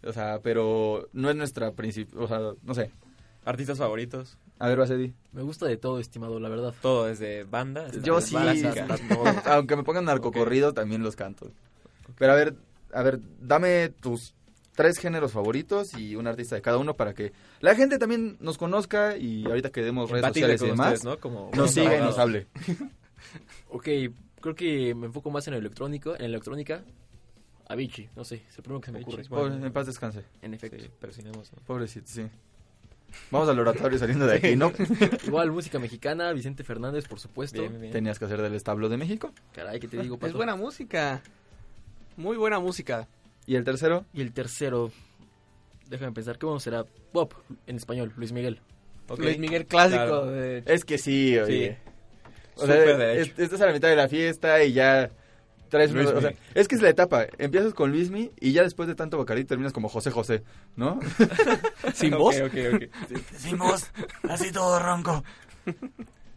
B: O sea, pero no es nuestra principal, o sea, no sé.
D: Artistas favoritos.
B: A ver, vas, Eddie.
E: Me gusta de todo, estimado, la verdad.
D: Todo desde banda. hasta
B: Yo sí,
D: básica.
B: aunque me pongan narcocorrido, también los canto. Pero a ver, a ver, dame tus tres géneros favoritos y un artista de cada uno para que la gente también nos conozca y ahorita que demos redes
D: Empatice
B: sociales y
D: con
B: demás,
D: ustedes, ¿no? Como
B: nos
D: buenos
B: siga y
D: abogados.
B: nos hable.
E: Ok, creo que me enfoco más en el electrónico, en la electrónica. Avicii, no sé, es el primero que se me
D: Avicii,
E: ocurre.
D: bueno.
B: Pobre- en paz descanse.
E: En efecto.
D: Sí, persinamos, ¿no?
B: Pobrecito, sí. Vamos al oratorio saliendo de aquí, ¿no?
E: Igual, música mexicana, Vicente Fernández, por supuesto.
D: Bien, bien.
B: Tenías que hacer del establo de México.
E: Caray, ¿qué te digo,
C: Es
E: Pato?
C: buena música. Muy buena música.
B: Y el tercero,
E: Y el tercero, déjame pensar, ¿qué bueno será? Ah, Pop, en español, Luis Miguel.
D: Ok.
C: Luis Miguel clásico
D: Claro.
C: de
B: es que sí, oye. O sea,
D: Súper derecho.
B: es- estás a la mitad de la fiesta y ya traes...
D: Luismi.
B: o sea, es que es la etapa. Empiezas con Luismi y ya después de tanto bacarito terminas como José José, ¿no?
C: Sin
D: Ok,
C: voz.
D: ok, ok. Sí.
B: Sin voz, así todo ronco.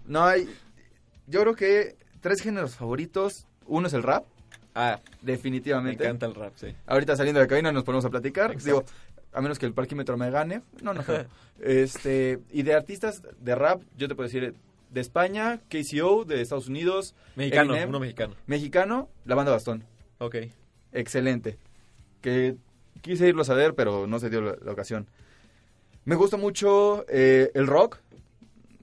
B: No hay... Yo creo que tres géneros favoritos. Uno es el rap,
D: Ah, me
B: definitivamente.
D: encanta el rap, sí.
B: Ahorita saliendo de la cabina nos ponemos a platicar.
D: Exacto.
B: Digo, a menos que el parquímetro me gane. No, no creo. este, y de artistas de rap, yo te puedo decir de España, KCO de Estados Unidos.
D: Mexicano,
B: Eminem.
D: uno mexicano.
B: Mexicano, la banda Bastón.
D: Ok.
B: Excelente. Que quise irlos a ver, pero no se dio la, la ocasión. Me gusta mucho eh, el rock.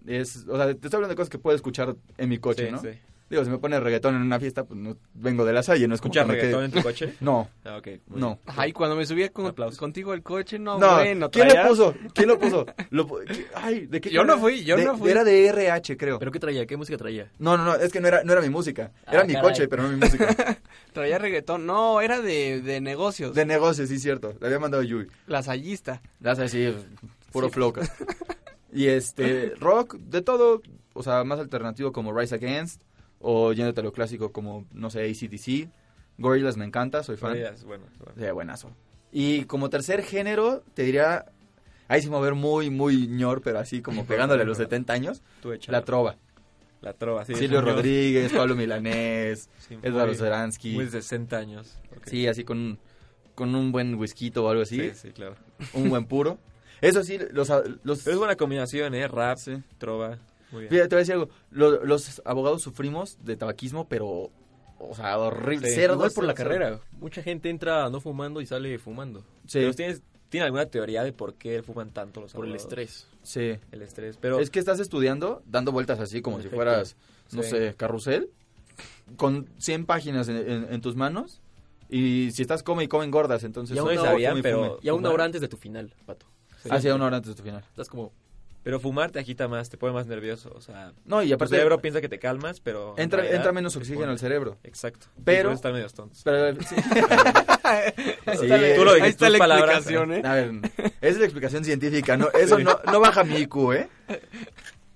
B: Es, o sea, te estoy hablando de cosas que puedo escuchar en mi coche,
D: Sí,
B: ¿no?
D: sí.
B: Digo, si me pone reggaetón en una fiesta, pues no, vengo de la salle, no escucho
D: ¿Escuchas reggaetón en tu coche?
B: No.
D: Ah, ok, muy
B: No.
C: Ay, cuando me subía con- contigo al coche, no,
B: No,
C: bueno.
B: ¿quién
C: traía-
B: lo puso? ¿Quién lo puso? Lo pu- ¿qué- ay, ¿de qué
C: Yo
B: canal?
C: no fui, yo
B: De-
C: no fui.
B: Era de RH, creo.
E: ¿Pero qué traía? ¿Qué música traía?
B: No, no, no, es que no era, no era mi música.
E: Ah,
B: Era mi
E: caray.
B: coche, pero no mi música.
C: Traía reggaetón. No, era de, de negocios.
B: De negocios, sí, cierto. Le había mandado Yui.
C: Lasallista.
B: Las así, puro
C: Sí.
B: floca. Y este, rock, de todo. O sea, más alternativo como Rise Against. O yéndote a lo clásico como, no sé, ACDC. Gorillaz me encanta, soy fan.
D: Gorillaz, bueno,
B: Sí, buenazo. Y como tercer género, te diría. Ahí sí me voy a ver muy, muy ñor, pero así como pegándole a los 70 años.
D: Tú échalo.
B: La trova.
D: La trova, sí.
B: Silvio
D: es un-
B: Rodríguez, Pablo Milanés,
D: Sí, muy-
B: Eduardo Seransky.
D: Muy de 60 años.
B: Sí, así con, un- con un buen whisky o algo así.
D: Sí, sí, claro.
B: Un buen puro. Eso sí, los... los
D: es buena combinación, ¿eh? Rap, trova. Muy bien.
B: Fíjate, te voy a decir algo. Lo- Los, abogados sufrimos de tabaquismo, pero... O sea, horrible.
E: Sí,
B: Cerdo,
E: igual por la
B: cerdo.
E: carrera. Mucha gente entra no fumando y sale fumando.
B: Sí.
D: Pero tienes, ¿Tiene alguna teoría de por qué fuman tanto los
E: Por el
D: abogados?
E: estrés.
B: Sí.
D: El estrés, pero...
B: Es que estás estudiando, dando vueltas así como si
D: Perfecto.
B: fueras, no
D: Sí.
B: sé, carrusel, con 100 páginas en, en- en tus manos. Y si estás come y come engordas, entonces...
E: Y aún
B: come,
E: no
B: come,
D: sabían,
B: come,
D: pero-
B: come.
E: Y a una
D: Fumar.
E: hora antes de tu final, pato.
B: Ah, sí, a una hora antes de tu final.
E: Estás como.
D: Pero fumar te agita más, te pone más nervioso, o sea...
B: No, y aparte-
D: Tu cerebro piensa que te calmas, pero... en
B: Entra,
D: realidad
B: entra menos
D: te
B: oxígeno
D: pone-
B: al cerebro.
D: Exacto.
B: Pero...
D: Puedes estar medio tontos.
B: Pero, sí. Sí.
D: Tú lo dijiste, Ahí está tus la palabras.
C: explicación, ¿eh?
B: A ver, es la explicación científica, ¿no? Eso no, no baja mi IQ, ¿eh?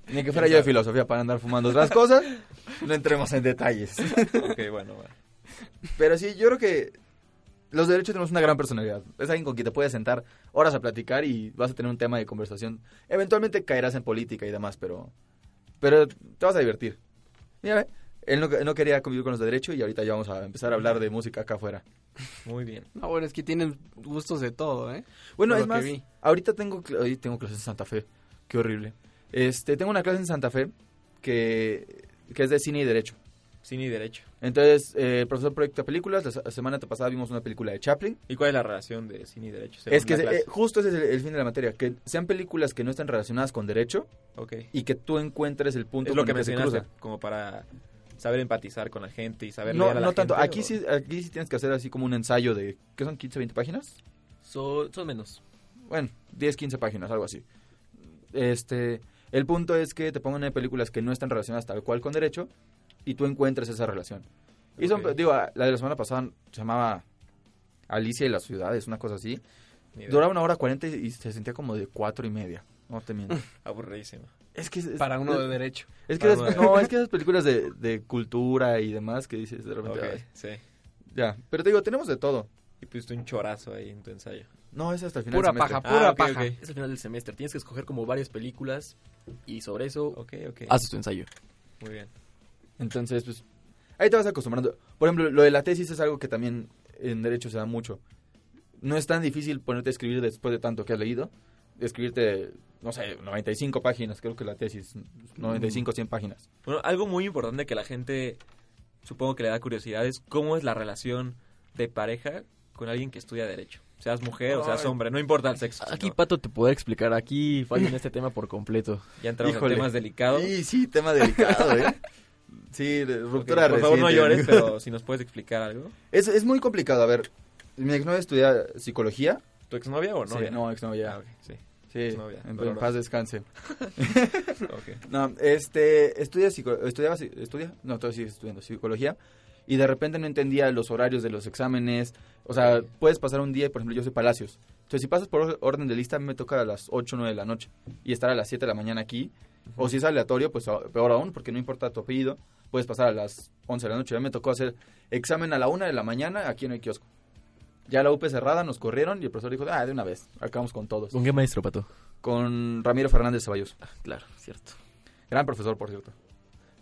B: Ni que fuera yo de filosofía para andar fumando otras cosas. No entremos en detalles.
D: ok, bueno, va.
B: Pero sí, yo creo que los derechos tenemos una gran personalidad. Es alguien con quien te puedes sentar horas a platicar y vas a tener un tema de conversación. Eventualmente caerás en política y demás, pero, pero te vas a divertir. Mira, ¿eh? él no, no quería convivir con los de derecho y ahorita ya vamos a empezar a hablar de música acá afuera.
D: Muy bien.
C: No, bueno, es que tienen gustos de todo, ¿eh?
B: Bueno,
C: Por
B: es
C: lo que
B: más,
C: vi.
B: ahorita tengo, cl- ay, tengo clase en Santa Fe. Qué horrible. Este, tengo una clase en Santa Fe que, que es de cine y derecho.
D: Cine y derecho.
B: Entonces, eh, el profesor proyecta películas. La, se- la semana pasada vimos una película de Chaplin.
D: ¿Y cuál es la relación de cine y derecho? según
B: Es que
D: la
B: se-
D: clase?
B: eh, justo ese es el, el fin de la materia, que sean películas que no estén relacionadas con derecho
D: Ok.
B: y que tú encuentres el punto
D: Es lo
B: con
D: que
B: el que se
D: mencionaste,
B: cruza.
D: como para saber empatizar con la gente y saber
B: No,
D: leer a la
B: no tanto.
D: gente,
B: Aquí
D: ¿o?
B: sí, aquí sí tienes que hacer así como un ensayo de, ¿qué son 15, 20 páginas?
E: Son, son menos.
B: bueno, 10, 15 páginas, algo así. Este, el punto es que te pongan en películas que no están relacionadas tal cual con derecho y tú encuentres esa relación. Y son,
D: Ok.
B: digo, la de la semana pasada se llamaba Alicia y las ciudades, una cosa así.
D: Ni idea.
B: Duraba una hora cuarenta y se sentía como de cuatro y media. No te miento.
D: Aburridísimo.
B: Es que es- es-
C: Para uno de derecho.
B: Es que
D: Para
B: es-
D: uno de-
B: no, es que esas películas de, de cultura y demás que dices de repente.
D: Ok,
B: "Ay,
D: sí.
B: Ya, pero te digo, tenemos de todo.
D: Y pusiste un chorazo ahí en tu ensayo.
B: No, es hasta el final. del
C: Pura
B: semestre.
C: paja. Pura
D: ok,
C: paja.
D: ok.
E: Es el final del semestre. Tienes que escoger como varias películas y sobre eso
D: Ok, ok.
E: haces tu ensayo.
D: Muy bien.
B: Entonces, pues, ahí te vas acostumbrando. Por ejemplo, lo de la tesis es algo que también en derecho se da mucho. No es tan difícil ponerte a escribir después de tanto que has leído. Escribirte, no sé, 95 páginas, creo que la tesis, 95, 100 páginas.
D: Bueno, algo muy importante que la gente supongo que le da curiosidad es cómo es la relación de pareja con alguien que estudia Derecho. Seas mujer o seas
B: Ay.
D: hombre, no importa el sexo.
E: Aquí
D: sino-
E: Pato te podrá explicar. Aquí falla en este tema por completo.
D: ya entramos
B: Híjole.
D: en temas delicados.
B: Sí, sí, tema delicado, ¿eh? Sí, de-
D: Ok,
B: ruptura
D: Por favor, no
B: reciente,
D: llores,
B: amigo.
D: pero si nos puedes explicar algo.
B: Es, es muy complicado. A ver, mi exnovia estudia psicología.
D: ¿Tu exnovia o novia?
B: Sí, no, exnovia.
D: Ah, ok, sí.
B: Sí,
D: Exnovia,
B: en- en
D: doloroso.
B: paz descanse.
D: Ok.
B: No, este, estudia, psico- estudiaba, psi- estudia, no, todavía sigue estudiando psicología y de repente no entendía los horarios de los exámenes, o sea, puedes pasar un día, y, por ejemplo, yo soy Palacios, entonces si pasas por or- orden de lista a mí me toca a las 8 o 9 de la noche y estar a las 7 de la mañana aquí, o si es aleatorio, pues a- peor aún, porque no importa tu apellido, puedes pasar a las 11 de la noche, ya me tocó hacer examen a la 1 de la mañana aquí en el kiosco. Ya la UP cerrada, nos corrieron y el profesor dijo, ah, de una vez, acabamos con todos.
E: ¿Con qué maestro, Pato?
B: Con Ramiro Fernández Ceballos.
E: Claro, cierto.
B: Gran profesor, por cierto.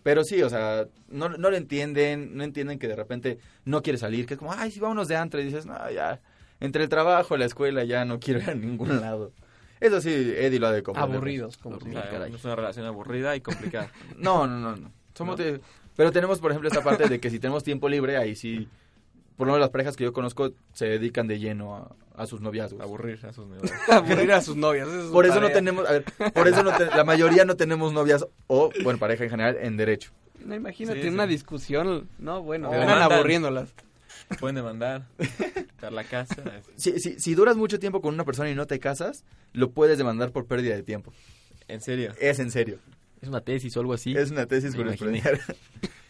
B: Pero sí, o sea, no, no lo entienden, no entienden que de repente no quiere salir, que es como, ay, sí, vámonos de antes. Y dices, no, ya, entre el trabajo, la escuela, ya no quiero ir a ningún lado. Eso sí, Eddie lo ha de comprender.
C: Aburridos, como
D: O sea, es una relación aburrida y complicada.
B: No, no, no. no. Somos de- pero tenemos, por ejemplo, esta parte de que si tenemos tiempo libre, ahí sí. Por lo menos las parejas que yo conozco se dedican de lleno a, a sus noviazgos.
D: Aburrir a sus novias.
C: Aburrir a sus novias, esa es su
B: por eso no
C: tarea.
B: tenemos. A ver, por eso no te- la mayoría no tenemos novias o, bueno, pareja en general en derecho.
C: No, imagínate
D: Sí, sí.
C: una discusión. No, bueno,
D: Te
C: eran
D: demandan.
C: aburriéndolas.
D: Pueden demandar, quitar la casa.
B: Si, si, si duras mucho tiempo con una persona y no te casas, lo puedes demandar por pérdida de tiempo.
D: ¿En serio?
B: Es en serio.
E: Es una tesis o algo así.
B: Es una tesis
D: Me imaginé.
B: jurisprudencial.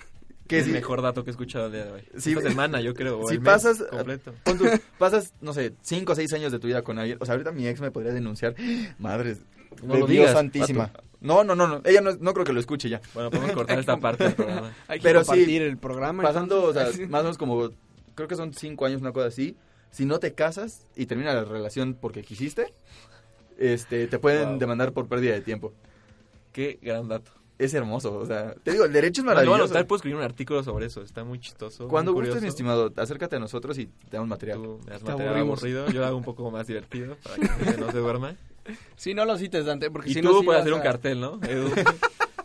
B: Que
D: es
B: si-
D: el mejor dato que he escuchado el día de hoy.
B: Sí.
D: Esta semana, yo creo. o
B: Si
D: el mes
B: pasas,
D: Completo.
B: pon tú, pasas, no sé, 5 o 6 años de tu vida con alguien. O sea, ahorita mi ex me podría denunciar. Madres.
D: No
B: de
D: lo
B: Dios
D: digas,
B: santísima. No, no, no, no. Ella no, no creo que lo escuche ya.
D: Bueno, podemos cortar esta parte del programa.
C: Hay que
B: Pero sí,
C: compartir el programa.
B: pasando, o sea,
C: entonces.
B: más o menos como, creo que son 5 años, una cosa así. Si no te casas y termina la relación porque quisiste, este, te pueden
D: Wow.
B: demandar por pérdida de tiempo.
D: Qué gran dato.
B: Es hermoso, o sea, te digo, el derecho es
D: Bueno, lo voy a
B: maravilloso.
D: anotar, puedo escribir un artículo sobre eso. Está muy chistoso.
B: Cuando
D: muy
B: gustes, mi
D: curioso.
B: estimado, acércate a nosotros y te damos material.
D: Tú me das
C: Te
D: material
C: aburrimos.
D: aburrido. Yo lo hago un poco más divertido para que la gente no se duerma.
C: Sí, no lo cites, Dante, porque
D: Y
C: si
D: tú
C: no... sí
D: puedes
C: vas
D: hacer un
C: a-
D: cartel, ¿no? Edu,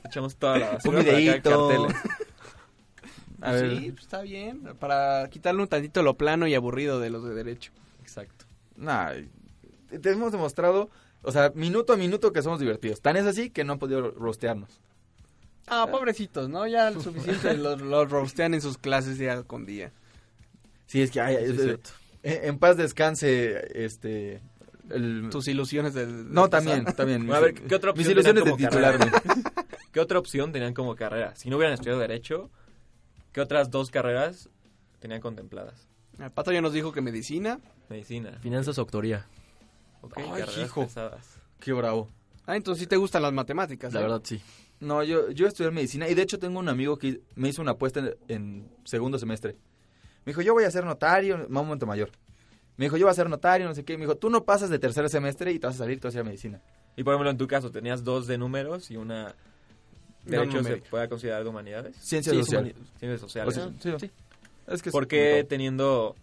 D: echamos toda la
B: Un
D: basura para acá en
B: videíto.
D: carteles.
B: A ver.
C: Sí, pues, está bien. Para quitarle un tantito lo plano y aburrido de los de derecho.
D: Exacto.
B: Nah, te- te hemos demostrado, o sea, minuto a minuto que somos divertidos. Tan es así que no han podido rostearnos.
C: Ah, pobrecitos, ¿no? Ya lo suficiente los, los roastean en sus clases día con día.
B: Sí, es que ay,
D: Eso
B: es- eh,
D: es cierto.
B: en, en paz descanse, este... el-
C: Tus ilusiones del...
B: No, también, también.
D: Bueno, a ver, ¿qué otra opción
B: Mis
D: tenían
B: ilusiones de
D: como carrera?
B: titularme.
D: ¿Qué otra opción tenían como carrera? Si no hubieran estudiado Derecho, ¿qué otras dos carreras tenían contempladas?
C: El pato ya nos dijo que medicina.
D: Medicina.
E: Finanzas o autoría.
D: Ok,
B: Ay,
D: carreras
B: hijo.
D: pesadas.
B: Qué bravo.
C: Ah, entonces sí te gustan las matemáticas.
E: La
C: ¿eh?
E: verdad, sí.
B: No, yo, yo estudié medicina y de hecho tengo un amigo que me hizo una apuesta en, en segundo semestre. Me dijo, yo voy a ser notario, más momento mayor. Me dijo, yo voy a ser notario, no sé qué. Me dijo, tú no pasas de tercer semestre y te vas a salir, tú vas a ir a medicina.
D: Y por ejemplo, en tu caso, tenías dos de números y una... ¿Derecho se
B: numérica.
D: puede considerar de humanidades?
B: Ciencias
E: Sí, es
B: sociales.
D: Ciencias
B: O
D: sociales.
C: Pues
B: sea, sí,
E: Sí.
B: Es que es
D: ¿Por qué
B: complicado.
D: teniendo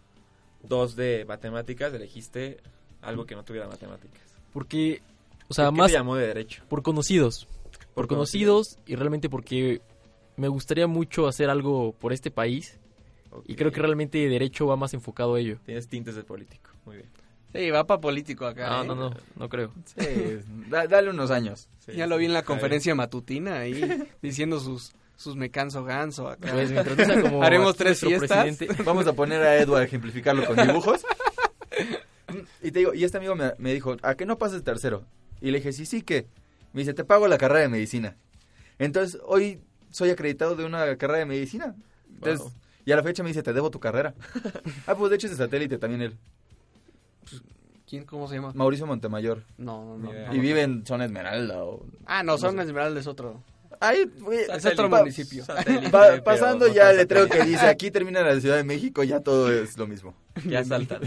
D: dos de matemáticas elegiste algo que no tuviera matemáticas?
E: Porque, o sea,
D: ¿Qué
E: más
D: te llamó de derecho?
E: por conocidos. Por conocidos y realmente porque me gustaría mucho hacer algo por este país.
D: Ok.
E: Y creo que realmente derecho va más enfocado a ello.
D: Tienes tintes de político. Muy bien.
C: Sí, va para político acá.
E: No,
C: ¿eh?
E: no, no, no creo.
B: Sí, da- dale unos años.
D: Sí,
C: Ya lo vi en la
D: está bien.
C: conferencia matutina ahí diciendo sus sus me canso ganso acá.
E: Pues mientras no sea como
C: Haremos
E: aquí
C: tres
E: nuestro
C: fiestas.
E: presidente.
B: Vamos a poner a Edu a ejemplificarlo con dibujos. Y te digo, y este amigo me, me dijo, ¿a qué no pases tercero? Y le dije, sí, sí, que. Me dice, te pago la carrera de medicina. Entonces, hoy soy acreditado de una carrera de medicina. Entonces,
D: Wow.
B: y a la fecha me dice, te debo tu carrera. ah, pues de hecho es de satélite también él.
C: ¿Quién cómo se llama?
B: Mauricio Montemayor.
C: No, no, no.
D: Mira.
C: no.
B: Y vive en Zona Esmeralda o...
C: Ah, no, son Esmeralda es otro.
B: Ahí, güey,
C: Es
B: pa-
C: otro municipio.
D: Satélite,
B: pa-
D: pero
B: pasando
D: no
B: ya
D: tan
B: el letrero que
D: satélite.
B: dice, aquí termina la Ciudad de México, ya todo es lo mismo.
D: Ya saltan.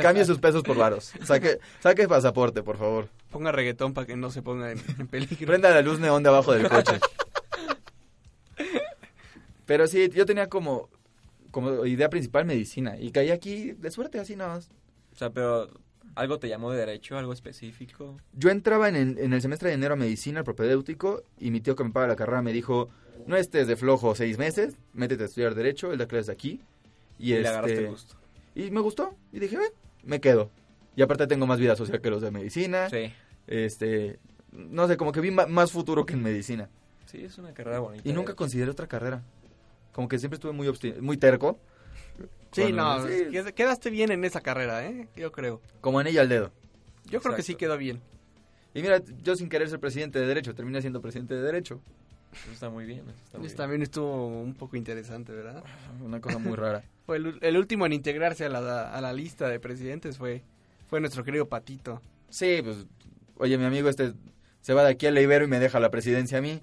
B: Cambie sus pesos por varos. Saque, saque pasaporte, por favor.
C: Ponga reggaetón para que no se ponga en, en peligro.
B: Prenda la luz neón de abajo del coche. Pero sí, yo tenía como, como idea principal medicina. Y caí aquí de suerte, así nada más.
D: O sea, pero algo te llamó de derecho, algo específico.
B: Yo entraba en, en- en el semestre de enero a medicina propedéutico y mi tío que me paga la carrera me dijo, no estés de flojo seis meses, métete a estudiar derecho, él da clases aquí. Y,
D: Y
B: este,
D: le agarraste gusto.
B: Y me gustó. Y dije, "Ve, me quedo. Y aparte tengo más vida social que los de medicina.
D: Sí.
B: Este, no sé, como que vi ma- más futuro que en medicina.
D: Sí, es una carrera bonita. eh.
B: Y nunca consideré otra carrera. Como que siempre estuve muy obsti- muy terco,
C: Sí, no,
B: Sí.
C: qued- quedaste bien en esa carrera, ¿eh? Yo creo.
B: como en ella al dedo.
C: Yo creo que sí
D: Exacto.
C: quedó bien.
B: Y mira, yo sin querer ser presidente de derecho, terminé siendo presidente de derecho.
D: Eso está muy bien. eso Está muy
C: Eso
D: bien.
C: también estuvo un poco interesante, ¿verdad?
B: Una cosa muy rara.
C: Fue el, el último en integrarse a la, a la lista de presidentes fue fue nuestro querido Patito.
B: Sí, pues, oye, mi amigo este se va de aquí a la Ibero y me deja la presidencia a mí.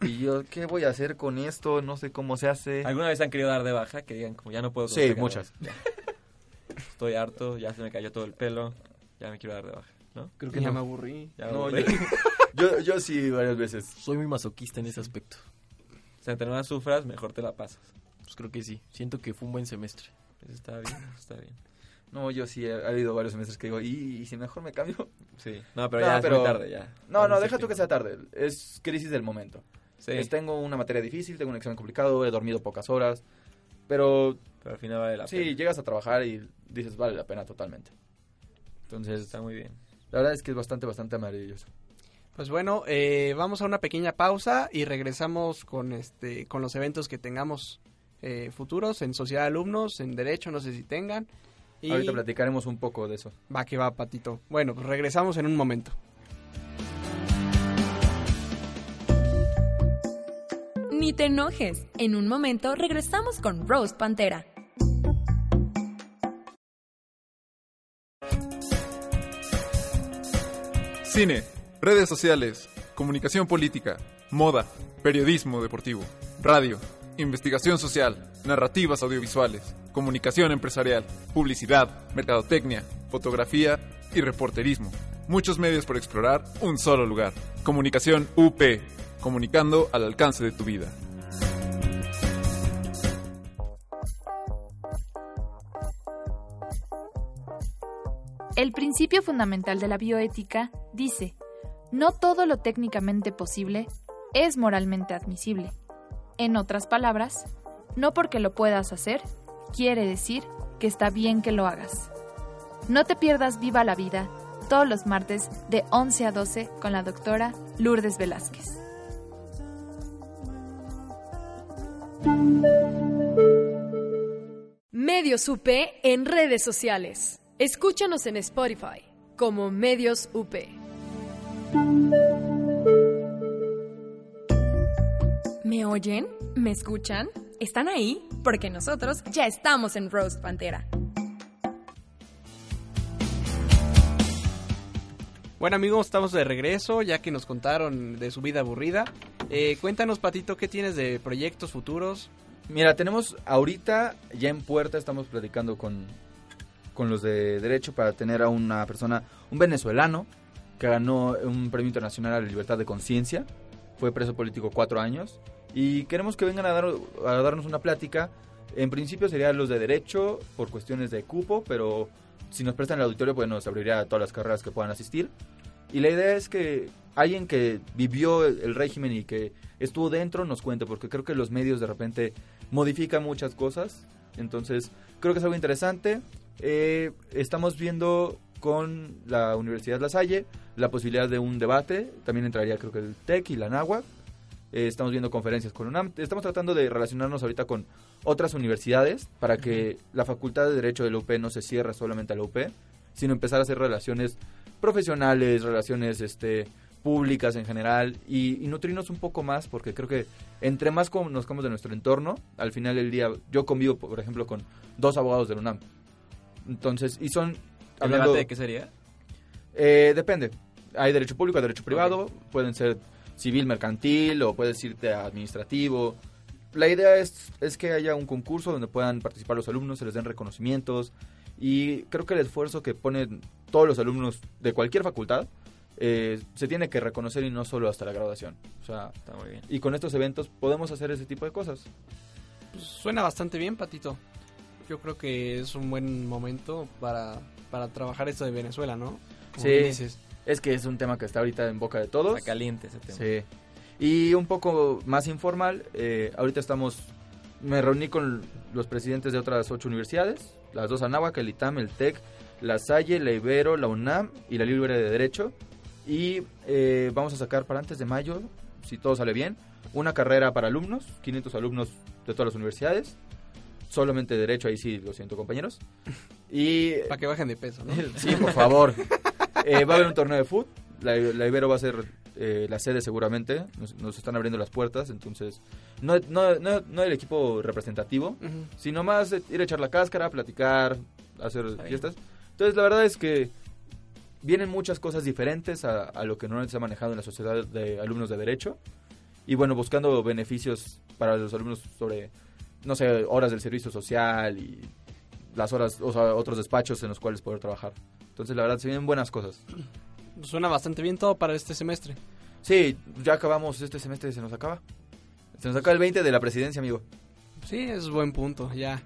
B: Y yo, ¿qué voy a hacer con esto? No sé cómo se hace.
D: ¿Alguna vez han querido dar de baja? Que digan, como ya no puedo. con
B: Sí,
D: esta
B: muchas.
D: carrera, Estoy harto, ya se me cayó todo el pelo, ya me quiero dar de baja, ¿no?
C: Creo que ya me aburrí.
D: Ya
B: No,
D: volví.
B: yo, yo, yo sí varias veces.
E: Soy muy masoquista en ese aspecto.
D: O sea, entre más sufras, mejor te la pasas.
E: Pues creo que sí. Siento que fue un buen semestre.
D: Eso está bien, eso está bien.
B: No, yo sí he, ha habido varios semestres que digo, y, y si mejor me cambio, sí.
D: No, pero ya es muy tarde, ya.
B: No, no,
D: Ahora sí
B: deja
D: que
B: tú que sea tarde. Este- Es crisis del momento.
D: Sí.
B: Es, tengo una materia difícil, tengo un examen complicado, he dormido pocas horas, pero...
D: Pero al final vale la
B: sí, llegas a trabajar y dices, vale la pena totalmente. Entonces... Está
D: muy bien.
B: La verdad es que es bastante, bastante maravilloso.
C: Pues bueno, eh, vamos a una pequeña pausa y regresamos con este, con los eventos que tengamos eh, futuros en Sociedad de Alumnos, en Derecho, no sé si tengan. Y
B: Ahorita platicaremos un poco de eso.
C: va que va, Patito. Bueno, pues regresamos en un momento.
A: Ni te enojes. En un momento regresamos con Roast Pantera.
J: Cine, redes sociales, comunicación política, moda, periodismo deportivo, radio, investigación social, narrativas audiovisuales, comunicación empresarial, publicidad, mercadotecnia, fotografía y reporterismo. Muchos medios por explorar, un solo lugar. Comunicación UP, comunicando al alcance de tu vida.
K: El principio fundamental de la bioética dice, no todo lo técnicamente posible es moralmente admisible. En otras palabras, no porque lo puedas hacer, quiere decir que está bien que lo hagas. No te pierdas Viva la Vida todos los martes de 11 a 12 con la doctora Lourdes Velázquez.
F: Medios UP en redes sociales. Escúchanos en Spotify como Medios UP.
A: ¿Me oyen? ¿Me escuchan? ¿Están ahí? Porque nosotros ya estamos en Roast Pantera.
C: Bueno amigos, estamos de regreso ya que nos contaron de su vida aburrida. Eh, cuéntanos Patito, ¿qué tienes de proyectos futuros?
B: Mira, tenemos ahorita ya en puerta, estamos platicando con, con los de Derecho para tener a una persona, un venezolano, que ganó un premio internacional a la libertad de conciencia, fue preso político cuatro años, y queremos que vengan a, dar, a darnos una plática. En principio serían los de Derecho por cuestiones de cupo, pero si nos prestan el auditorio, pues nos abriría a todas las carreras que puedan asistir. Y la idea es que alguien que vivió el el régimen y que estuvo dentro nos cuente, porque creo que los medios de repente modifican muchas cosas. Entonces, creo que es algo interesante. Eh, estamos viendo con la Universidad La Salle la posibilidad de un debate. También entraría creo que el TEC y la NAWAC. Eh, estamos viendo conferencias con UNAM. Estamos tratando de relacionarnos ahorita con otras universidades para que la Facultad de Derecho de la UP no se cierre solamente a la UP, sino empezar a hacer relaciones profesionales, relaciones este, públicas en general y, y nutrirnos un poco más porque creo que entre más conozcamos de nuestro entorno, al final del día yo convivo, por ejemplo, con dos abogados del UNAM. Entonces, y son...
D: ¿El
B: hablando-
D: debate de qué sería?
B: eh, depende. Hay derecho público, hay derecho privado, pueden ser civil, mercantil o puedes irte a administrativo. La idea es, es que haya un concurso donde puedan participar los alumnos, se les den reconocimientos y creo que el esfuerzo que ponen todos los alumnos de cualquier facultad eh, se tiene que reconocer y no solo hasta la graduación. O sea, Y con estos eventos podemos hacer ese tipo de cosas.
C: Pues, suena bastante bien Patito. Yo creo que es un buen momento para, para trabajar esto de Venezuela, ¿no? Como
B: Sí,
C: bien dices.
B: es que es un tema que está ahorita en boca de todos.
C: Está caliente ese tema.
B: Sí. Y un poco más informal, eh, ahorita estamos, me reuní con los presidentes de otras ocho universidades, las dos Anáhuac, el ITAM, el TEC, la Salle, la Ibero, la UNAM y la Libre de Derecho. Y eh, vamos a sacar para antes de mayo, si todo sale bien, una carrera para alumnos, 500 alumnos de todas las universidades. Solamente derecho, ahí sí, lo siento compañeros. Y...
C: Para que bajen de peso, ¿no?
B: sí, por favor. Eh, va a haber un torneo de fútbol. La, la Ibero va a ser eh, la sede seguramente. Nos, nos están abriendo las puertas. Entonces, no, no, no, no el equipo representativo,
C: Ujú.
B: sino más eh, ir a echar la cáscara, platicar, hacer fiestas. Entonces, la verdad es que vienen muchas cosas diferentes a, a lo que normalmente se ha manejado en la sociedad de alumnos de derecho. Y bueno, buscando beneficios para los alumnos sobre, no sé, horas del servicio social y las horas, o sea, otros despachos en los cuales poder trabajar. Entonces, la verdad, se vienen buenas cosas.
C: Suena bastante bien todo para este semestre.
B: Sí, ya acabamos este semestre, se nos acaba. Se nos acaba el 20 de la presidencia, amigo.
C: Sí, es buen punto. Ya,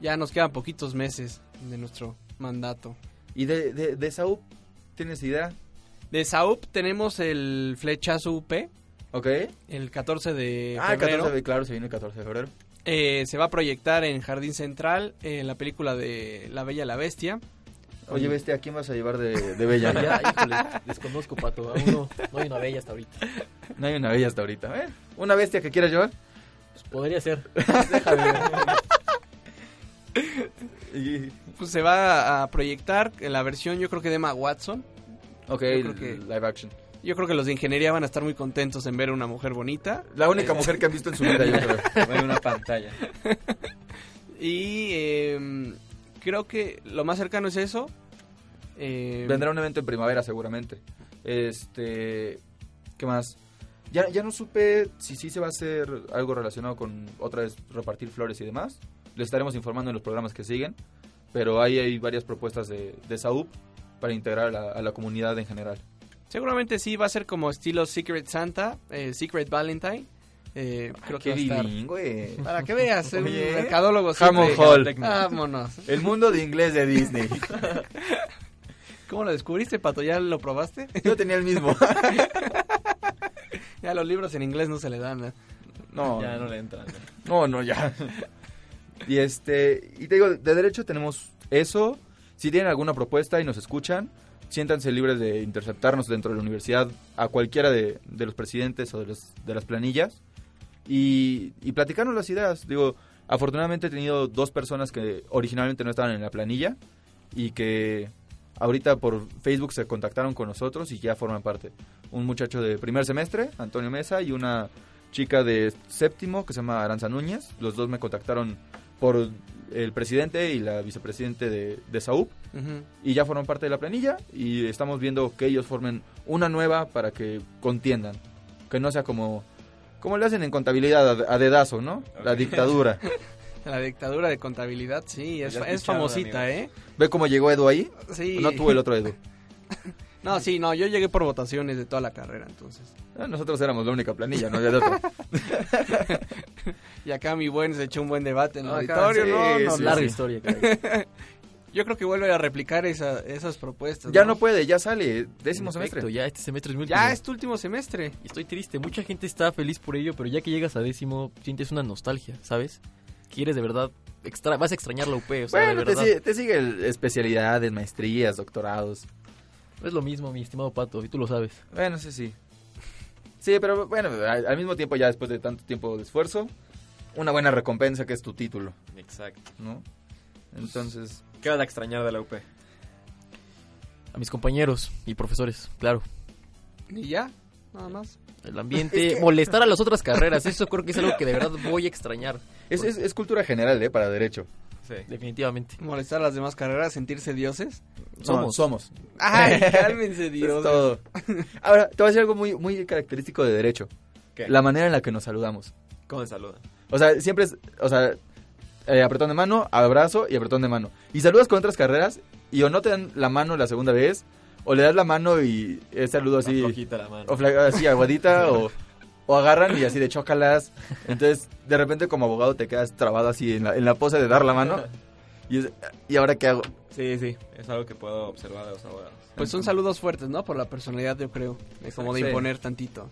C: ya nos quedan poquitos meses de nuestro mandato.
B: ¿Y de, de, de Saúl tienes idea?
C: De Saup tenemos el flechazo UP.
B: Ok.
C: El 14 de
B: Ah, el
C: febrero.
B: 14 de, claro, se viene el 14 de febrero.
C: Eh, se va a proyectar en Jardín Central eh, la película de La Bella y la Bestia.
B: Oye, Bestia, ¿a quién vas a llevar de, de Bella?
E: Ya, híjole, desconozco, Pato. Aún no, no hay una bella hasta ahorita.
B: No hay una bella hasta ahorita. ¿eh? ¿Una bestia que quieras llevar?
E: Pues podría ser. Déjame ver.
C: Y, pues, se va a proyectar en la versión, yo creo que de Emma Watson.
B: Ok,
C: Yo creo que-
B: live action.
C: Yo creo que los de ingeniería van a estar muy contentos en ver una mujer bonita.
B: La única
C: Eh,
B: mujer que han visto en su vida, yo creo.
D: En una pantalla.
C: Y eh, creo que lo más cercano es eso. Eh,
B: Vendrá un evento en primavera seguramente. Este, ¿qué más? Ya, ya no supe si sí se va a hacer algo relacionado con otra vez repartir flores y demás. Les estaremos informando en los programas que siguen. Pero ahí hay varias propuestas de, de Saúl para integrar a la, a la comunidad en general.
C: Seguramente sí va a ser como estilo Secret Santa, eh, Secret Valentine. Eh, creo
B: qué
C: que va a estar.
B: bilingüe.
C: Para que veas, eh, un
B: Oye,
C: mercadólogo
B: Hammond
C: siempre-
B: Hall.
C: Vámonos.
B: El mundo de inglés de Disney.
C: ¿Cómo lo descubriste, Pato? ¿Ya lo probaste?
B: Yo tenía el mismo.
C: ya los libros en inglés no se le dan. ¿eh?
B: No.
D: Ya no le entran.
B: No, no, ya. Y este, y te digo, de derecho tenemos eso. Si tienen alguna propuesta y nos escuchan, siéntanse libres de interceptarnos dentro de la universidad a cualquiera de, de los presidentes o de, los- de las planillas y, y platicarnos las ideas. Digo, afortunadamente he tenido dos personas que originalmente no estaban en la planilla y que ahorita por Facebook se contactaron con nosotros y ya forman parte. Un muchacho de primer semestre, Antonio Mesa, y una chica de séptimo que se llama Aranza Núñez. Los dos me contactaron por el presidente y la vicepresidente de, de SAUP
C: Ujú.
B: y ya forman parte de la planilla y estamos viendo que ellos formen una nueva para que contiendan. Que no sea como, como le hacen en contabilidad a, a dedazo, ¿no? La dictadura.
C: La dictadura de contabilidad, sí, es,
D: Ya
C: es
D: escucharon,
C: famosita, ¿eh?
B: ¿Ve cómo llegó Edu ahí?
C: Sí.
B: No tuvo el otro Edu.
C: No, sí, no, yo llegué por votaciones de toda la carrera, entonces.
B: Ah, Nosotros éramos la única planilla, no había de otro.
C: Y acá mi buen se echó un buen debate en el
E: Acá,
C: auditorio,
E: sí,
C: no, no,
E: sí,
C: larga
E: sí.
C: historia. caray. Yo creo que vuelve a replicar esa- esas propuestas.
B: Ya no puede, ya sale, décimo
E: En efecto,
B: semestre.
E: Ya este semestre es muy
C: Ya es tu último semestre.
E: Y estoy triste. Mucha gente está feliz por ello, pero ya que llegas a décimo, sientes una nostalgia, ¿sabes? Quieres de verdad. extra- vas a extrañar la UP, o sea, de
B: bueno, te,
E: verdad.
B: sigue- te sigue el- especialidades, maestrías, doctorados.
E: Es lo mismo, mi estimado Pato, y tú lo sabes.
B: Bueno, sí, sí. Sí, pero bueno, al, al mismo tiempo ya después de tanto tiempo de esfuerzo, una buena recompensa que es tu título,
D: Exacto.
B: ¿no? Entonces,
D: ¿Qué vas a extrañar de la UP?
E: A mis compañeros y profesores, claro.
C: Y ya, nada más.
E: El ambiente, molestar a las otras carreras, eso creo que es algo que de verdad voy a extrañar.
B: es, es- es cultura general, ¿eh? Para derecho.
D: Sí.
E: Definitivamente.
C: Molestar a las demás carreras, sentirse dioses.
B: Somos. somos.
C: Ay, cálmense, Dios.
B: Es todo. Ahora, te voy a decir algo muy, muy característico de derecho.
D: ¿Qué?
B: La manera en la que nos saludamos.
D: ¿Cómo te saludan?
B: O sea, siempre es, o sea, eh, apretón de mano, abrazo y apretón de mano. Y saludas con otras carreras y o no te dan la mano la segunda vez, o le das la mano y es saludo así.
D: flojita la mano.
B: O fla- así aguadita, o, o agarran y así de chócalas. Entonces, de repente como abogado te quedas trabado así en la, en la pose de dar la mano. Y, es, ¿y ahora qué hago?
D: Sí, sí. Es algo que puedo observar de los abogados.
C: Pues son saludos fuertes, ¿no? Por la personalidad, yo creo. Es como de
B: Sí.
C: imponer tantito.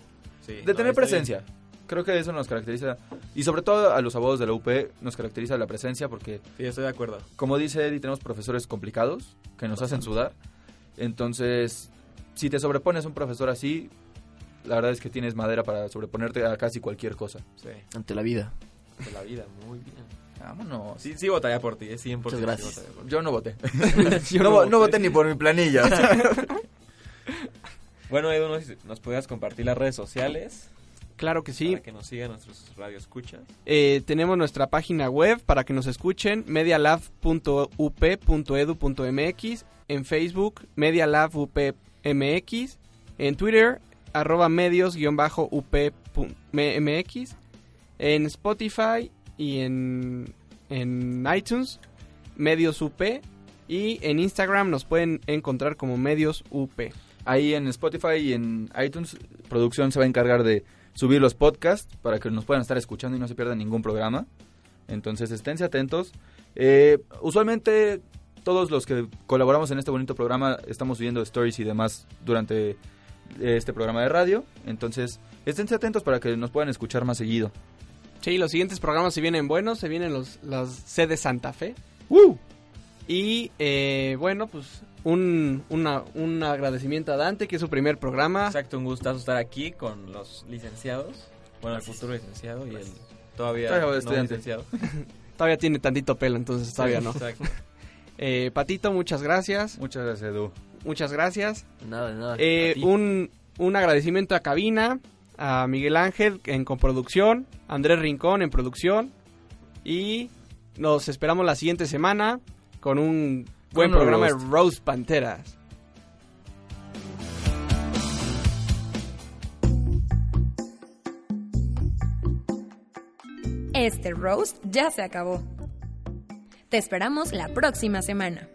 D: Sí,
B: De tener presencia. Creo que eso nos caracteriza. Y sobre todo a los abogados de la UP nos caracteriza la presencia porque
D: Sí, estoy de acuerdo.
B: como dice Eddie, tenemos profesores complicados que nos hacen sudar. Entonces, si te sobrepones a un profesor así, la verdad es que tienes madera para sobreponerte a casi cualquier cosa.
D: Sí.
E: Ante la vida.
D: De la vida, muy bien.
B: Vámonos.
D: Sí, sí votaría por ti, es 100%.
E: Muchas gracias.
D: sí votaría por ti.
B: Yo no voté.
D: Yo no
B: no, vo- no
D: voté.
B: voté ni por mi planilla. o sea.
D: Bueno, Edu, ¿nos, nos podrías compartir las redes sociales?
C: Claro que sí.
D: Para que nos sigan nuestros radioescuchas.
C: Eh, tenemos nuestra página web para que nos escuchen, medialab.up.edu.mx, en Facebook, medialabupmx, en Twitter, arroba medios-up.mx, en Spotify y en, en iTunes, medios up, y en Instagram nos pueden encontrar como medios up.
B: Ahí en Spotify y en iTunes, producción se va a encargar de subir los podcasts para que nos puedan estar escuchando y no se pierdan ningún programa. Entonces, esténse atentos. Eh, usualmente todos los que colaboramos en este bonito programa estamos subiendo stories y demás durante eh, este programa de radio. Entonces, esténse atentos para que nos puedan escuchar más seguido.
C: Sí, los siguientes programas se vienen buenos, se vienen los, las C de Santa Fe. Y eh, bueno, pues un, una- un agradecimiento a Dante, que es su primer programa.
D: Exacto, un gustazo estar aquí con los licenciados. Bueno, el futuro licenciado y el todavía,
C: Todavía
D: no
C: estudiante.
D: licenciado.
C: Todavía tiene tantito pelo, entonces todavía no.
D: Exacto.
C: Eh, Patito, muchas gracias.
B: Muchas gracias, Edu.
C: Muchas gracias.
E: Nada, nada.
C: Eh, un, un agradecimiento a Cabina, a Miguel Ángel en coproducción, a Andrés Rincón en producción. Y nos esperamos la siguiente semana con un buen
D: Con un
C: programa
D: roast.
C: de Rose Panteras.
A: Este roast ya se acabó. Te esperamos la próxima semana.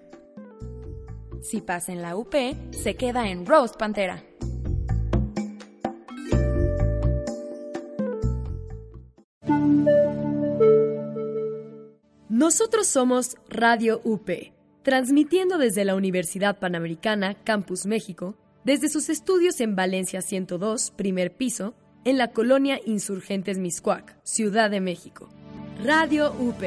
A: Si pasa en la UP, se queda en Roast Pantera.
F: Nosotros somos Radio UP, transmitiendo desde la Universidad Panamericana, Campus México, desde sus estudios en Valencia 102, primer piso, en la colonia Insurgentes Miscuac, Ciudad de México. Radio UP.